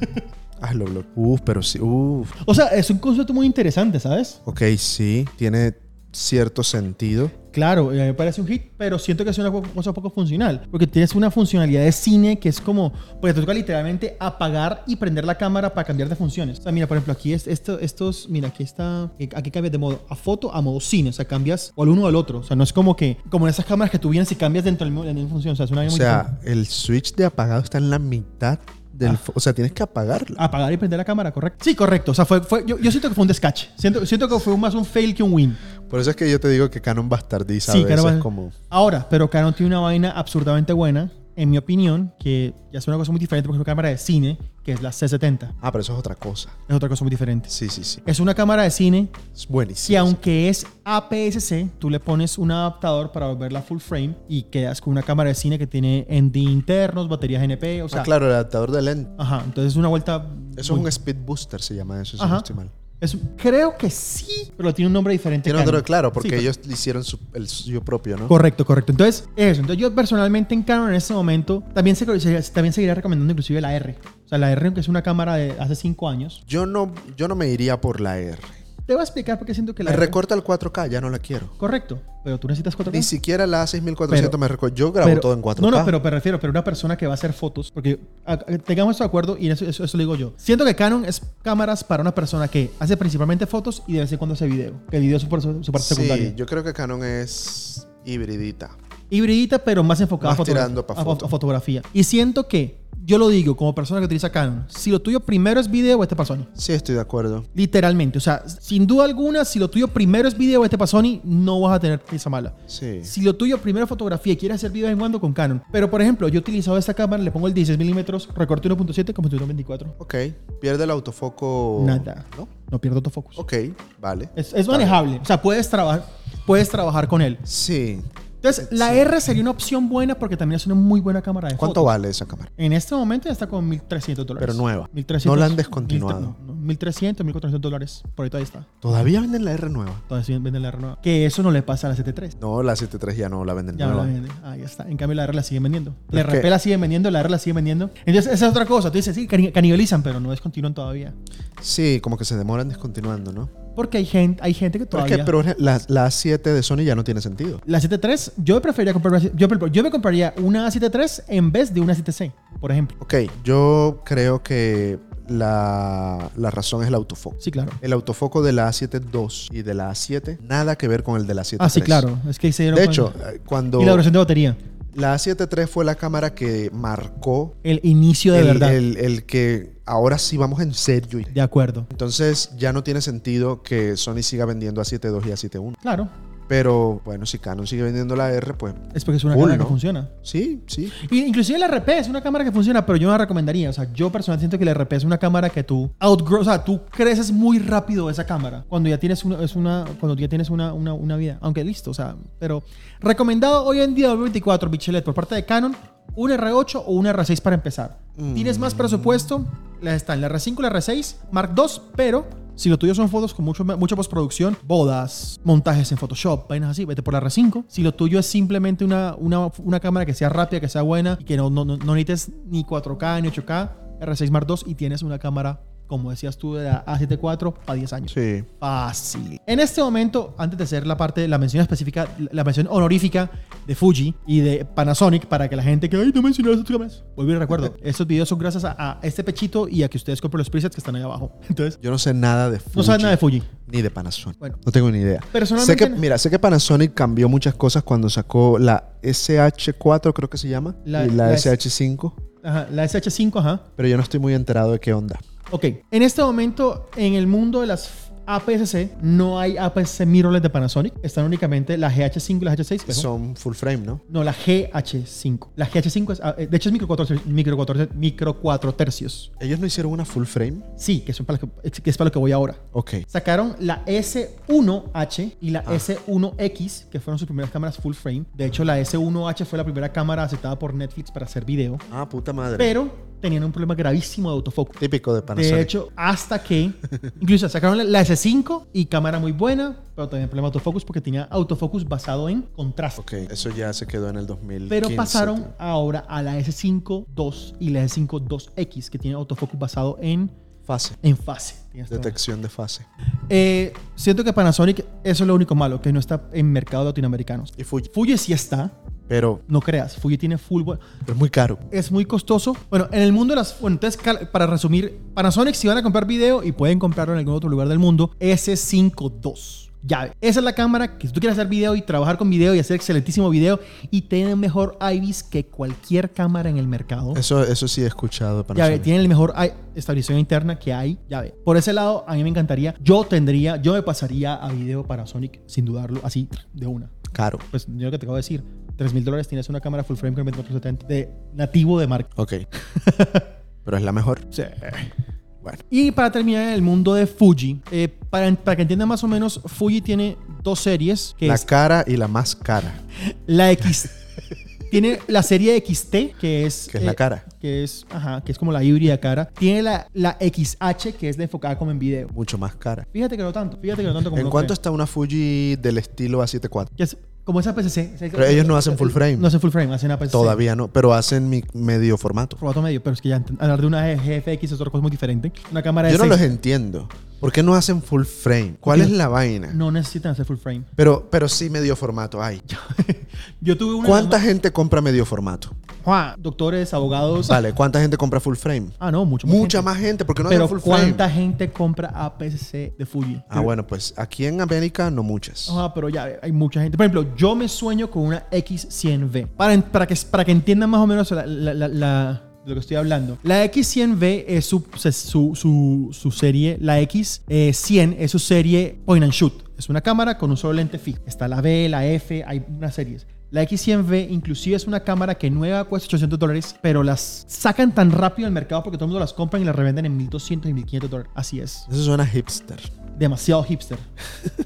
Speaker 2: Hazlo, blog. Uf, pero sí. Uf.
Speaker 1: O sea, es un concepto muy interesante, ¿sabes?
Speaker 2: Ok, sí. Tiene cierto sentido.
Speaker 1: Claro, eh, me parece un hit, pero siento que es una cosa poco funcional. Porque tienes una funcionalidad de cine que es como, pues te toca literalmente apagar y prender la cámara para cambiar de funciones. O sea, mira, por ejemplo, aquí es, esto, estos, mira, aquí está, eh, aquí cambias de modo a foto a modo cine. O sea, cambias o al uno o al otro. O sea, no es como que, como en esas cámaras que tú vienes y cambias dentro del mismo- de la misma función. O sea, es una
Speaker 2: O
Speaker 1: vaina muy
Speaker 2: sea, el switch de apagado está en la mitad
Speaker 1: Ah.
Speaker 2: del. fo- O sea, tienes que apagarla.
Speaker 1: Apagar y prender la cámara, ¿correcto? Sí, correcto. O sea, fue, fue- yo, yo siento que fue un descache. Siento, siento que fue más un fail que un win.
Speaker 2: Por eso es que yo te digo que Canon bastardiza a veces
Speaker 1: Canon va-
Speaker 2: como.
Speaker 1: Ahora, pero Canon tiene una vaina absurdamente buena, en mi opinión, que ya es una cosa muy diferente porque es una cámara de cine, que es la C70.
Speaker 2: Ah, pero eso es otra cosa.
Speaker 1: Es otra cosa muy diferente.
Speaker 2: Sí, sí, sí.
Speaker 1: Es una cámara de cine
Speaker 2: Es
Speaker 1: que
Speaker 2: buenísimo.
Speaker 1: aunque es APS-C, tú le pones un adaptador para volverla full frame y quedas con una cámara de cine que tiene ND internos, baterías NP, o sea...
Speaker 2: Ah, claro, el adaptador de lente.
Speaker 1: Ajá, entonces es una vuelta...
Speaker 2: Eso
Speaker 1: muy-
Speaker 2: es un speed booster, se llama eso, si
Speaker 1: Ajá.
Speaker 2: no estoy mal.
Speaker 1: es- Creo que sí, pero tiene un nombre diferente.
Speaker 2: Tiene
Speaker 1: Canon.
Speaker 2: otro, claro, porque
Speaker 1: Sí,
Speaker 2: ellos le hicieron su, el suyo propio, ¿no?
Speaker 1: Correcto, correcto. Entonces, eso. Entonces, yo personalmente en Canon en este momento también, se, también seguiré recomendando inclusive la R. O sea, la R, aunque es una cámara de hace 5 años.
Speaker 2: Yo no, yo no me iría por la R.
Speaker 1: Te voy a explicar por qué siento que la.
Speaker 2: Me recorta el 4K, ya no la quiero.
Speaker 1: Correcto, pero tú necesitas 4K.
Speaker 2: Ni siquiera la A6400
Speaker 1: Pero-
Speaker 2: me recorta. Yo grabo
Speaker 1: Pero-
Speaker 2: todo en 4K.
Speaker 1: No, no, pero me refiero, pero una persona que va a hacer fotos, porque a- a- tengamos esto de acuerdo y eso, eso, eso lo digo yo. Siento que Canon es cámaras para una persona que hace principalmente fotos y de vez en cuando hace video. Que el video es su, par- su parte secundaria.
Speaker 2: Sí, yo creo que Canon es hibridita.
Speaker 1: Hibridita, pero más enfocada
Speaker 2: Más
Speaker 1: a, fotogra-
Speaker 2: tirando pa'
Speaker 1: a fo-
Speaker 2: foto.
Speaker 1: a fotografía. Y siento que, yo lo digo como persona que utiliza Canon, si lo tuyo primero es video, este para Sony.
Speaker 2: Sí, estoy de acuerdo.
Speaker 1: Literalmente, o sea, sin duda alguna, si lo tuyo primero es video, este para Sony, no vas a tener esa mala.
Speaker 2: Sí.
Speaker 1: Si lo tuyo primero es fotografía y quieres hacer videos en cuando con Canon. Pero por ejemplo, yo he utilizado esta cámara, le pongo el 16 milímetros, recorte 1.7, como si tuviera un 24.
Speaker 2: Ok. Pierde el autofoco.
Speaker 1: Nada.
Speaker 2: ¿No?
Speaker 1: No pierdo autofocus.
Speaker 2: Ok, vale.
Speaker 1: Es, es manejable. O sea, puedes trabajar, puedes trabajar con él.
Speaker 2: Sí.
Speaker 1: Entonces, la R sería una opción buena porque también es una muy buena cámara de
Speaker 2: ¿Cuánto
Speaker 1: foto.
Speaker 2: vale esa cámara?
Speaker 1: En este momento ya está con 1.300 dólares.
Speaker 2: Pero nueva.
Speaker 1: 1300,
Speaker 2: No la han descontinuado.
Speaker 1: 1300, no, no, 1.300, 1.400 dólares. Por ahí todavía está.
Speaker 2: ¿Todavía venden la R nueva?
Speaker 1: Todavía siguen venden la R nueva. Que eso no le pasa a la CT3.
Speaker 2: No, la 73 ya no la venden
Speaker 1: Ya
Speaker 2: nueva.
Speaker 1: la venden. Ah, ya está. En cambio, la R la siguen vendiendo. La
Speaker 2: Es que-
Speaker 1: RP la siguen vendiendo, la R la siguen vendiendo. Entonces, esa es otra cosa. Tú dices, sí, cani- canibalizan, pero no descontinúan todavía.
Speaker 2: Sí, como que se demoran descontinuando, ¿no?
Speaker 1: Porque hay gente, hay gente que
Speaker 2: Pero es
Speaker 1: todavía...
Speaker 2: que pero la, la A7 de Sony ya no tiene sentido.
Speaker 1: La 7.3, yo preferiría comprar una- yo, pre- yo me compraría una 7.3 en vez de una 7.6, por ejemplo.
Speaker 2: Ok, yo creo que la, la razón es el autofoco.
Speaker 1: Sí, claro.
Speaker 2: El autofoco de la A7 II y de la A7, nada que ver con el de la A7
Speaker 1: Ah, sí,
Speaker 2: III.
Speaker 1: claro. Es que se dieron
Speaker 2: De
Speaker 1: cuenta.
Speaker 2: hecho, eh, cuando
Speaker 1: Y la duración de batería.
Speaker 2: la A7 III fue la cámara que marcó
Speaker 1: El inicio de
Speaker 2: el,
Speaker 1: verdad.
Speaker 2: el- el que ahora sí vamos en serio.
Speaker 1: De acuerdo.
Speaker 2: Entonces ya no tiene sentido que Sony siga vendiendo A7 II y A7 I.
Speaker 1: Claro.
Speaker 2: Pero bueno, si Canon sigue vendiendo la R, pues
Speaker 1: Es porque es una
Speaker 2: Cool,
Speaker 1: cámara
Speaker 2: ¿no?
Speaker 1: que funciona.
Speaker 2: sí, sí.
Speaker 1: Y Inclusive el RP es una cámara que funciona, pero yo no la recomendaría. O sea, yo personalmente siento que el RP es una cámara que tú outgrow, o sea, tú creces muy rápido esa cámara cuando ya tienes una, es una cuando ya tienes una, una, una vida. Aunque listo, o sea, pero recomendado hoy en día 2024 Michelet por parte de Canon, un R8 o un R6 para empezar. Tienes más presupuesto, las están la R5, la R6, Mark II, pero si lo tuyo son fotos con mucho, mucha postproducción, bodas, montajes en Photoshop, vainas así, vete por la R5. Si lo tuyo es simplemente una, una, una cámara que sea rápida, que sea buena y que no, no, no- no necesites ni 4K ni 8K, R6 Mark II y tienes una cámara, como decías tú, de la A74 para 10 años.
Speaker 2: Sí.
Speaker 1: Fácil. En este momento, antes de hacer la parte, la mención específica, la mención honorífica de Fuji y de Panasonic, para que la gente que, ay, no mencionaron esas cámaras, vuelvo y recuerdo, estos videos son gracias a, a este pechito y a que ustedes compren los presets que están ahí abajo. Entonces,
Speaker 2: Yo no sé nada de Fuji.
Speaker 1: no saben nada de Fuji.
Speaker 2: Ni de Panasonic.
Speaker 1: Bueno.
Speaker 2: no tengo ni idea.
Speaker 1: Personalmente-
Speaker 2: Sé que, mira, sé que Panasonic cambió muchas cosas cuando sacó la SH4, creo que se llama,
Speaker 1: La-
Speaker 2: y la,
Speaker 1: la
Speaker 2: SH5,
Speaker 1: Ajá, la SH5, ajá.
Speaker 2: pero yo no estoy muy enterado de qué onda.
Speaker 1: Ok, en este momento, en el mundo de las APS-C, no hay APS-C mirrorless de Panasonic. Están únicamente las GH5 y las H6. pero-
Speaker 2: Son full frame, ¿no?
Speaker 1: No, la GH5. La GH5 es, ah, eh, de hecho, es micro 4 micro cuatro ter- micro cuatro tercios.
Speaker 2: Ellos no hicieron una full frame.
Speaker 1: Sí, que, son para lo que, que es para lo que voy ahora.
Speaker 2: Ok.
Speaker 1: Sacaron la S1H y la S1X, que fueron sus primeras cámaras full frame. De hecho, la S1H fue la primera cámara aceptada por Netflix para hacer video,
Speaker 2: Ah, puta madre.
Speaker 1: pero tenían un problema gravísimo de autofocus.
Speaker 2: Típico de Panasonic.
Speaker 1: De hecho, hasta que incluso sacaron la- la S5 y cámara muy buena, pero también problema de autofocus porque tenía autofocus basado en contraste.
Speaker 2: Ok, eso ya se quedó en el 2015.
Speaker 1: Pero pasaron
Speaker 2: tío.
Speaker 1: ahora a la S5 II y la S5 2X, que tiene autofocus basado en,
Speaker 2: Fase.
Speaker 1: en fase. Tienes toda la-
Speaker 2: Detección de fase.
Speaker 1: Eh, siento que Panasonic, eso es lo único malo, que no está en mercados latinoamericanos.
Speaker 2: Y Fuji.
Speaker 1: Fuji sí está,
Speaker 2: Pero
Speaker 1: no creas, Fuji tiene full... bu-
Speaker 2: es muy caro.
Speaker 1: Es muy costoso. Bueno, en el mundo de las... Bueno, entonces, cal- para resumir, Panasonic si van a comprar video y pueden comprarlo en algún otro lugar del mundo, S5 II. Llave. Esa es la cámara que si tú quieres hacer video y trabajar con video y hacer excelentísimo video y tiene mejor IBIS que cualquier cámara en el mercado.
Speaker 2: Eso, eso sí he escuchado de
Speaker 1: Ya ve,
Speaker 2: Panasonic.
Speaker 1: tienen el mejor ai- estabilización interna que hay. Ya ve. Por ese lado, a mí me encantaría. Yo tendría, yo me pasaría a video para Sonic, sin dudarlo, así de una.
Speaker 2: Caro.
Speaker 1: Pues yo lo que te acabo de decir. 3 mil dólares tienes una cámara full frame con 2470 de nativo de marca.
Speaker 2: Ok. pero es la mejor.
Speaker 1: Sí.
Speaker 2: Bueno.
Speaker 1: Y para terminar, en el mundo de Fuji, eh, para, para que entiendan más o menos, Fuji tiene dos series, que
Speaker 2: La
Speaker 1: es
Speaker 2: cara y la más cara.
Speaker 1: la X. tiene la serie XT, que es...
Speaker 2: Que es la
Speaker 1: eh,
Speaker 2: cara.
Speaker 1: que es, ajá, que es como la híbrida cara. Tiene la, la XH, que es la enfocada como en video.
Speaker 2: Mucho más cara.
Speaker 1: Fíjate que no tanto, fíjate que no tanto como
Speaker 2: ¿En
Speaker 1: no
Speaker 2: cuánto
Speaker 1: creen.
Speaker 2: está una Fuji del estilo A74?
Speaker 1: Que es como esa PCC.
Speaker 2: Pero ellos no hacen full frame.
Speaker 1: No hacen full frame, hacen APS-C.
Speaker 2: Todavía no, pero hacen mi medio formato.
Speaker 1: Formato medio, pero es que ya ent- hablar de una GFX es otra cosa muy diferente. Una cámara de
Speaker 2: Yo no
Speaker 1: seis-
Speaker 2: los entiendo. ¿Por qué no hacen full frame? ¿Cuál
Speaker 1: Porque
Speaker 2: es la vaina?
Speaker 1: No necesitan hacer full frame.
Speaker 2: Pero, pero sí medio formato hay.
Speaker 1: Yo tuve una.
Speaker 2: ¿Cuánta gente compra medio formato?
Speaker 1: Juan, doctores, abogados.
Speaker 2: Vale, ¿cuánta gente compra full frame?
Speaker 1: Ah, no, mucho
Speaker 2: Mucha
Speaker 1: gente.
Speaker 2: más gente, porque no hacen
Speaker 1: Pero
Speaker 2: full frame?
Speaker 1: ¿cuánta gente compra APC de Fuji?
Speaker 2: Ah, bueno, pues aquí en América no muchas.
Speaker 1: Ajá, pero ya hay mucha gente. Por ejemplo, yo me sueño con una X100V. Para, en- para, que, para que entiendan más o menos la- la- la- la- de lo que estoy hablando. La X100V es su, se- su, su- su serie. La X100 es su serie point and shoot. Es una cámara con un solo lente fijo. Está la B, la F, hay unas series. La X100V inclusive es una cámara que nueva cuesta 800 dólares, pero las sacan tan rápido al mercado porque todo el mundo las compra y las revenden en 1200 y 1500 dólares. Así es
Speaker 2: Eso suena hipster.
Speaker 1: demasiado hipster.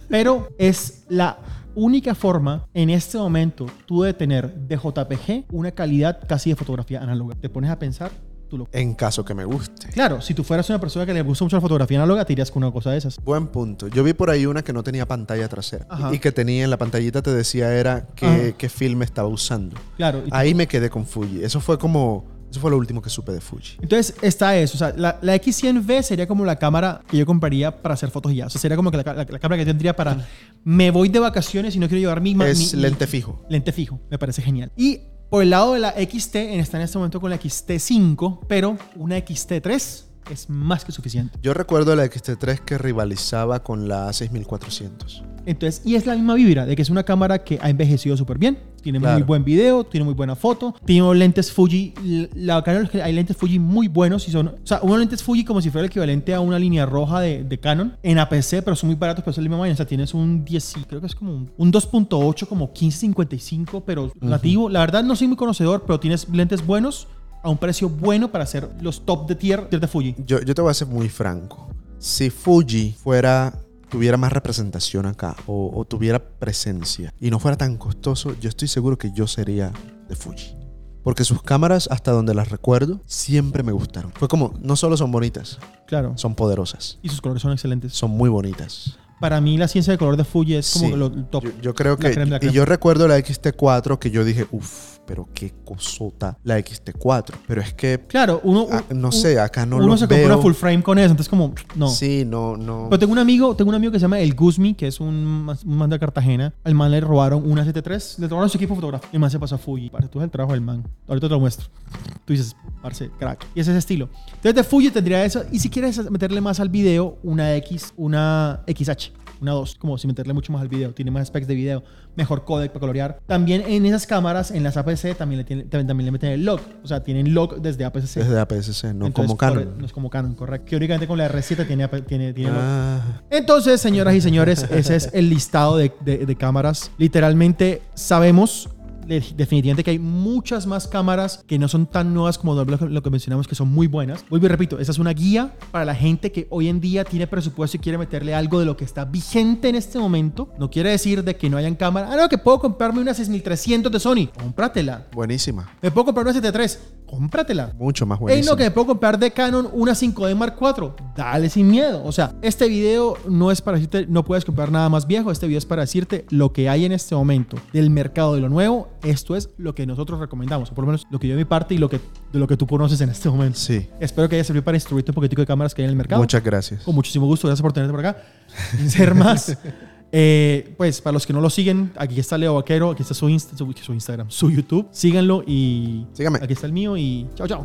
Speaker 1: Pero es la única forma en este momento tú de tener de JPG una calidad casi de fotografía análoga. Te pones a pensar, tú lo...
Speaker 2: En caso que me guste.
Speaker 1: Claro, si tú fueras una persona que le gusta mucho la fotografía análoga, te irías con una cosa de esas.
Speaker 2: Buen punto. Yo vi por ahí una que no tenía pantalla trasera
Speaker 1: Ajá.
Speaker 2: y que tenía en la pantallita te decía era qué,
Speaker 1: Ajá.
Speaker 2: qué filme estaba usando.
Speaker 1: Claro. y-
Speaker 2: Ahí me quedé con Fuji. Eso fue como eso fue lo último que supe de Fuji.
Speaker 1: Entonces está eso, o sea, la, la X100V sería como la cámara que yo compraría para hacer fotos y ya, o sea, sería como que la, la- la cámara que yo tendría para, me voy de vacaciones y no quiero llevar mi... ma-
Speaker 2: es
Speaker 1: mi- mi-
Speaker 2: lente fijo.
Speaker 1: lente fijo, me parece genial. Y por el lado de la XT, en- está en este momento con la XT5, pero una XT3 es más que suficiente.
Speaker 2: Yo recuerdo la XT3 que rivalizaba con la 6400.
Speaker 1: Entonces, y es la misma vibra de que es una cámara que ha envejecido súper bien, tiene muy
Speaker 2: Claro.
Speaker 1: buen video, tiene muy buena foto, tiene unos lentes Fuji, l- la Canon es que hay lentes Fuji muy buenos y son, o sea, unos lentes Fuji como si fuera el equivalente a una línea roja de, de Canon en APC, pero son muy baratos, pero son la misma vaina, o sea, tienes un 10, y creo que es como un, un 2.8 como 1555, pero relativo. La verdad no soy muy conocedor, pero tienes lentes buenos a un precio bueno para hacer los top de tier, tier de Fuji.
Speaker 2: Yo, yo te voy a ser muy franco. Si Fuji fuera tuviera más representación acá o, o tuviera presencia y no fuera tan costoso, yo estoy seguro que yo sería de Fuji. Porque sus cámaras, hasta donde las recuerdo, siempre me gustaron. Fue como, no solo son bonitas,
Speaker 1: Claro.
Speaker 2: son poderosas.
Speaker 1: Y sus colores son excelentes.
Speaker 2: Son muy bonitas.
Speaker 1: Para mí la ciencia de color de Fuji es como
Speaker 2: Sí.
Speaker 1: lo el top.
Speaker 2: Yo, yo creo
Speaker 1: La
Speaker 2: que...
Speaker 1: creme de la
Speaker 2: y
Speaker 1: creme.
Speaker 2: yo recuerdo la XT4 que yo dije, uff, pero qué cosota la XT4. Pero es que,
Speaker 1: Claro, uno
Speaker 2: ah, no
Speaker 1: un-
Speaker 2: sé, acá no
Speaker 1: uno
Speaker 2: lo
Speaker 1: se
Speaker 2: veo.
Speaker 1: compra full frame con eso, entonces como no.
Speaker 2: Sí, no, no.
Speaker 1: Pero tengo un amigo, tengo un amigo que se llama El Guzmi, que es un, mas- un man de Cartagena. Al man le robaron una GT3, le robaron su equipo fotográfico. El man se pasó a Fuji. Para tú es el trabajo del man. Ahorita te lo muestro. Tú dices, parce, crack. Y ese es el estilo. Entonces de Fuji tendría eso. Y si quieres meterle más al video, una X, una XH. Una 2, como si meterle mucho más al video, tiene más specs de video, mejor codec para colorear. También en esas cámaras, en las APC, también le, tiene- también, también le meten el log, o sea, tienen log desde APC.
Speaker 2: Desde APS-C, no
Speaker 1: Entonces,
Speaker 2: como Canon.
Speaker 1: por- no es como Canon, correcto. Que únicamente con la R7 tiene... tiene, tiene
Speaker 2: Ah,
Speaker 1: Entonces, señoras y señores, ese es el listado de, de- de cámaras. Literalmente sabemos de- definitivamente que hay muchas más cámaras que no son tan nuevas como lo, lo que mencionamos que son muy buenas. Vuelvo y repito, esa es una guía para la gente que hoy en día tiene presupuesto y quiere meterle algo de lo que está vigente en este momento. No quiere decir de que no hayan cámaras. Ah, no, que puedo comprarme una 6300 de Sony. Cómpratela.
Speaker 2: buenísima.
Speaker 1: Me puedo comprar una 73. Cómpratela.
Speaker 2: Mucho más
Speaker 1: Ey,
Speaker 2: buenísima.
Speaker 1: no, que me puedo comprar de Canon una 5D Mark IV. Dale sin miedo. O sea, este video no es para decirte no puedes comprar nada más viejo. Este video es para decirte lo que hay en este momento del mercado de lo nuevo. Esto es lo que nosotros recomendamos, o por lo menos lo que yo de mi parte y lo que, de lo que tú conoces en este momento.
Speaker 2: Sí.
Speaker 1: Espero que haya servido para instruirte un poquitico de cámaras que hay en el mercado.
Speaker 2: Muchas gracias.
Speaker 1: Con muchísimo gusto, gracias por tenerte por acá. Sin ser más, eh, pues para los que no lo siguen, aquí está Leo Vaquero, aquí está su, Insta- su- su Instagram, su YouTube. Síganlo y
Speaker 2: Sígame.
Speaker 1: aquí está el mío y chao, chao.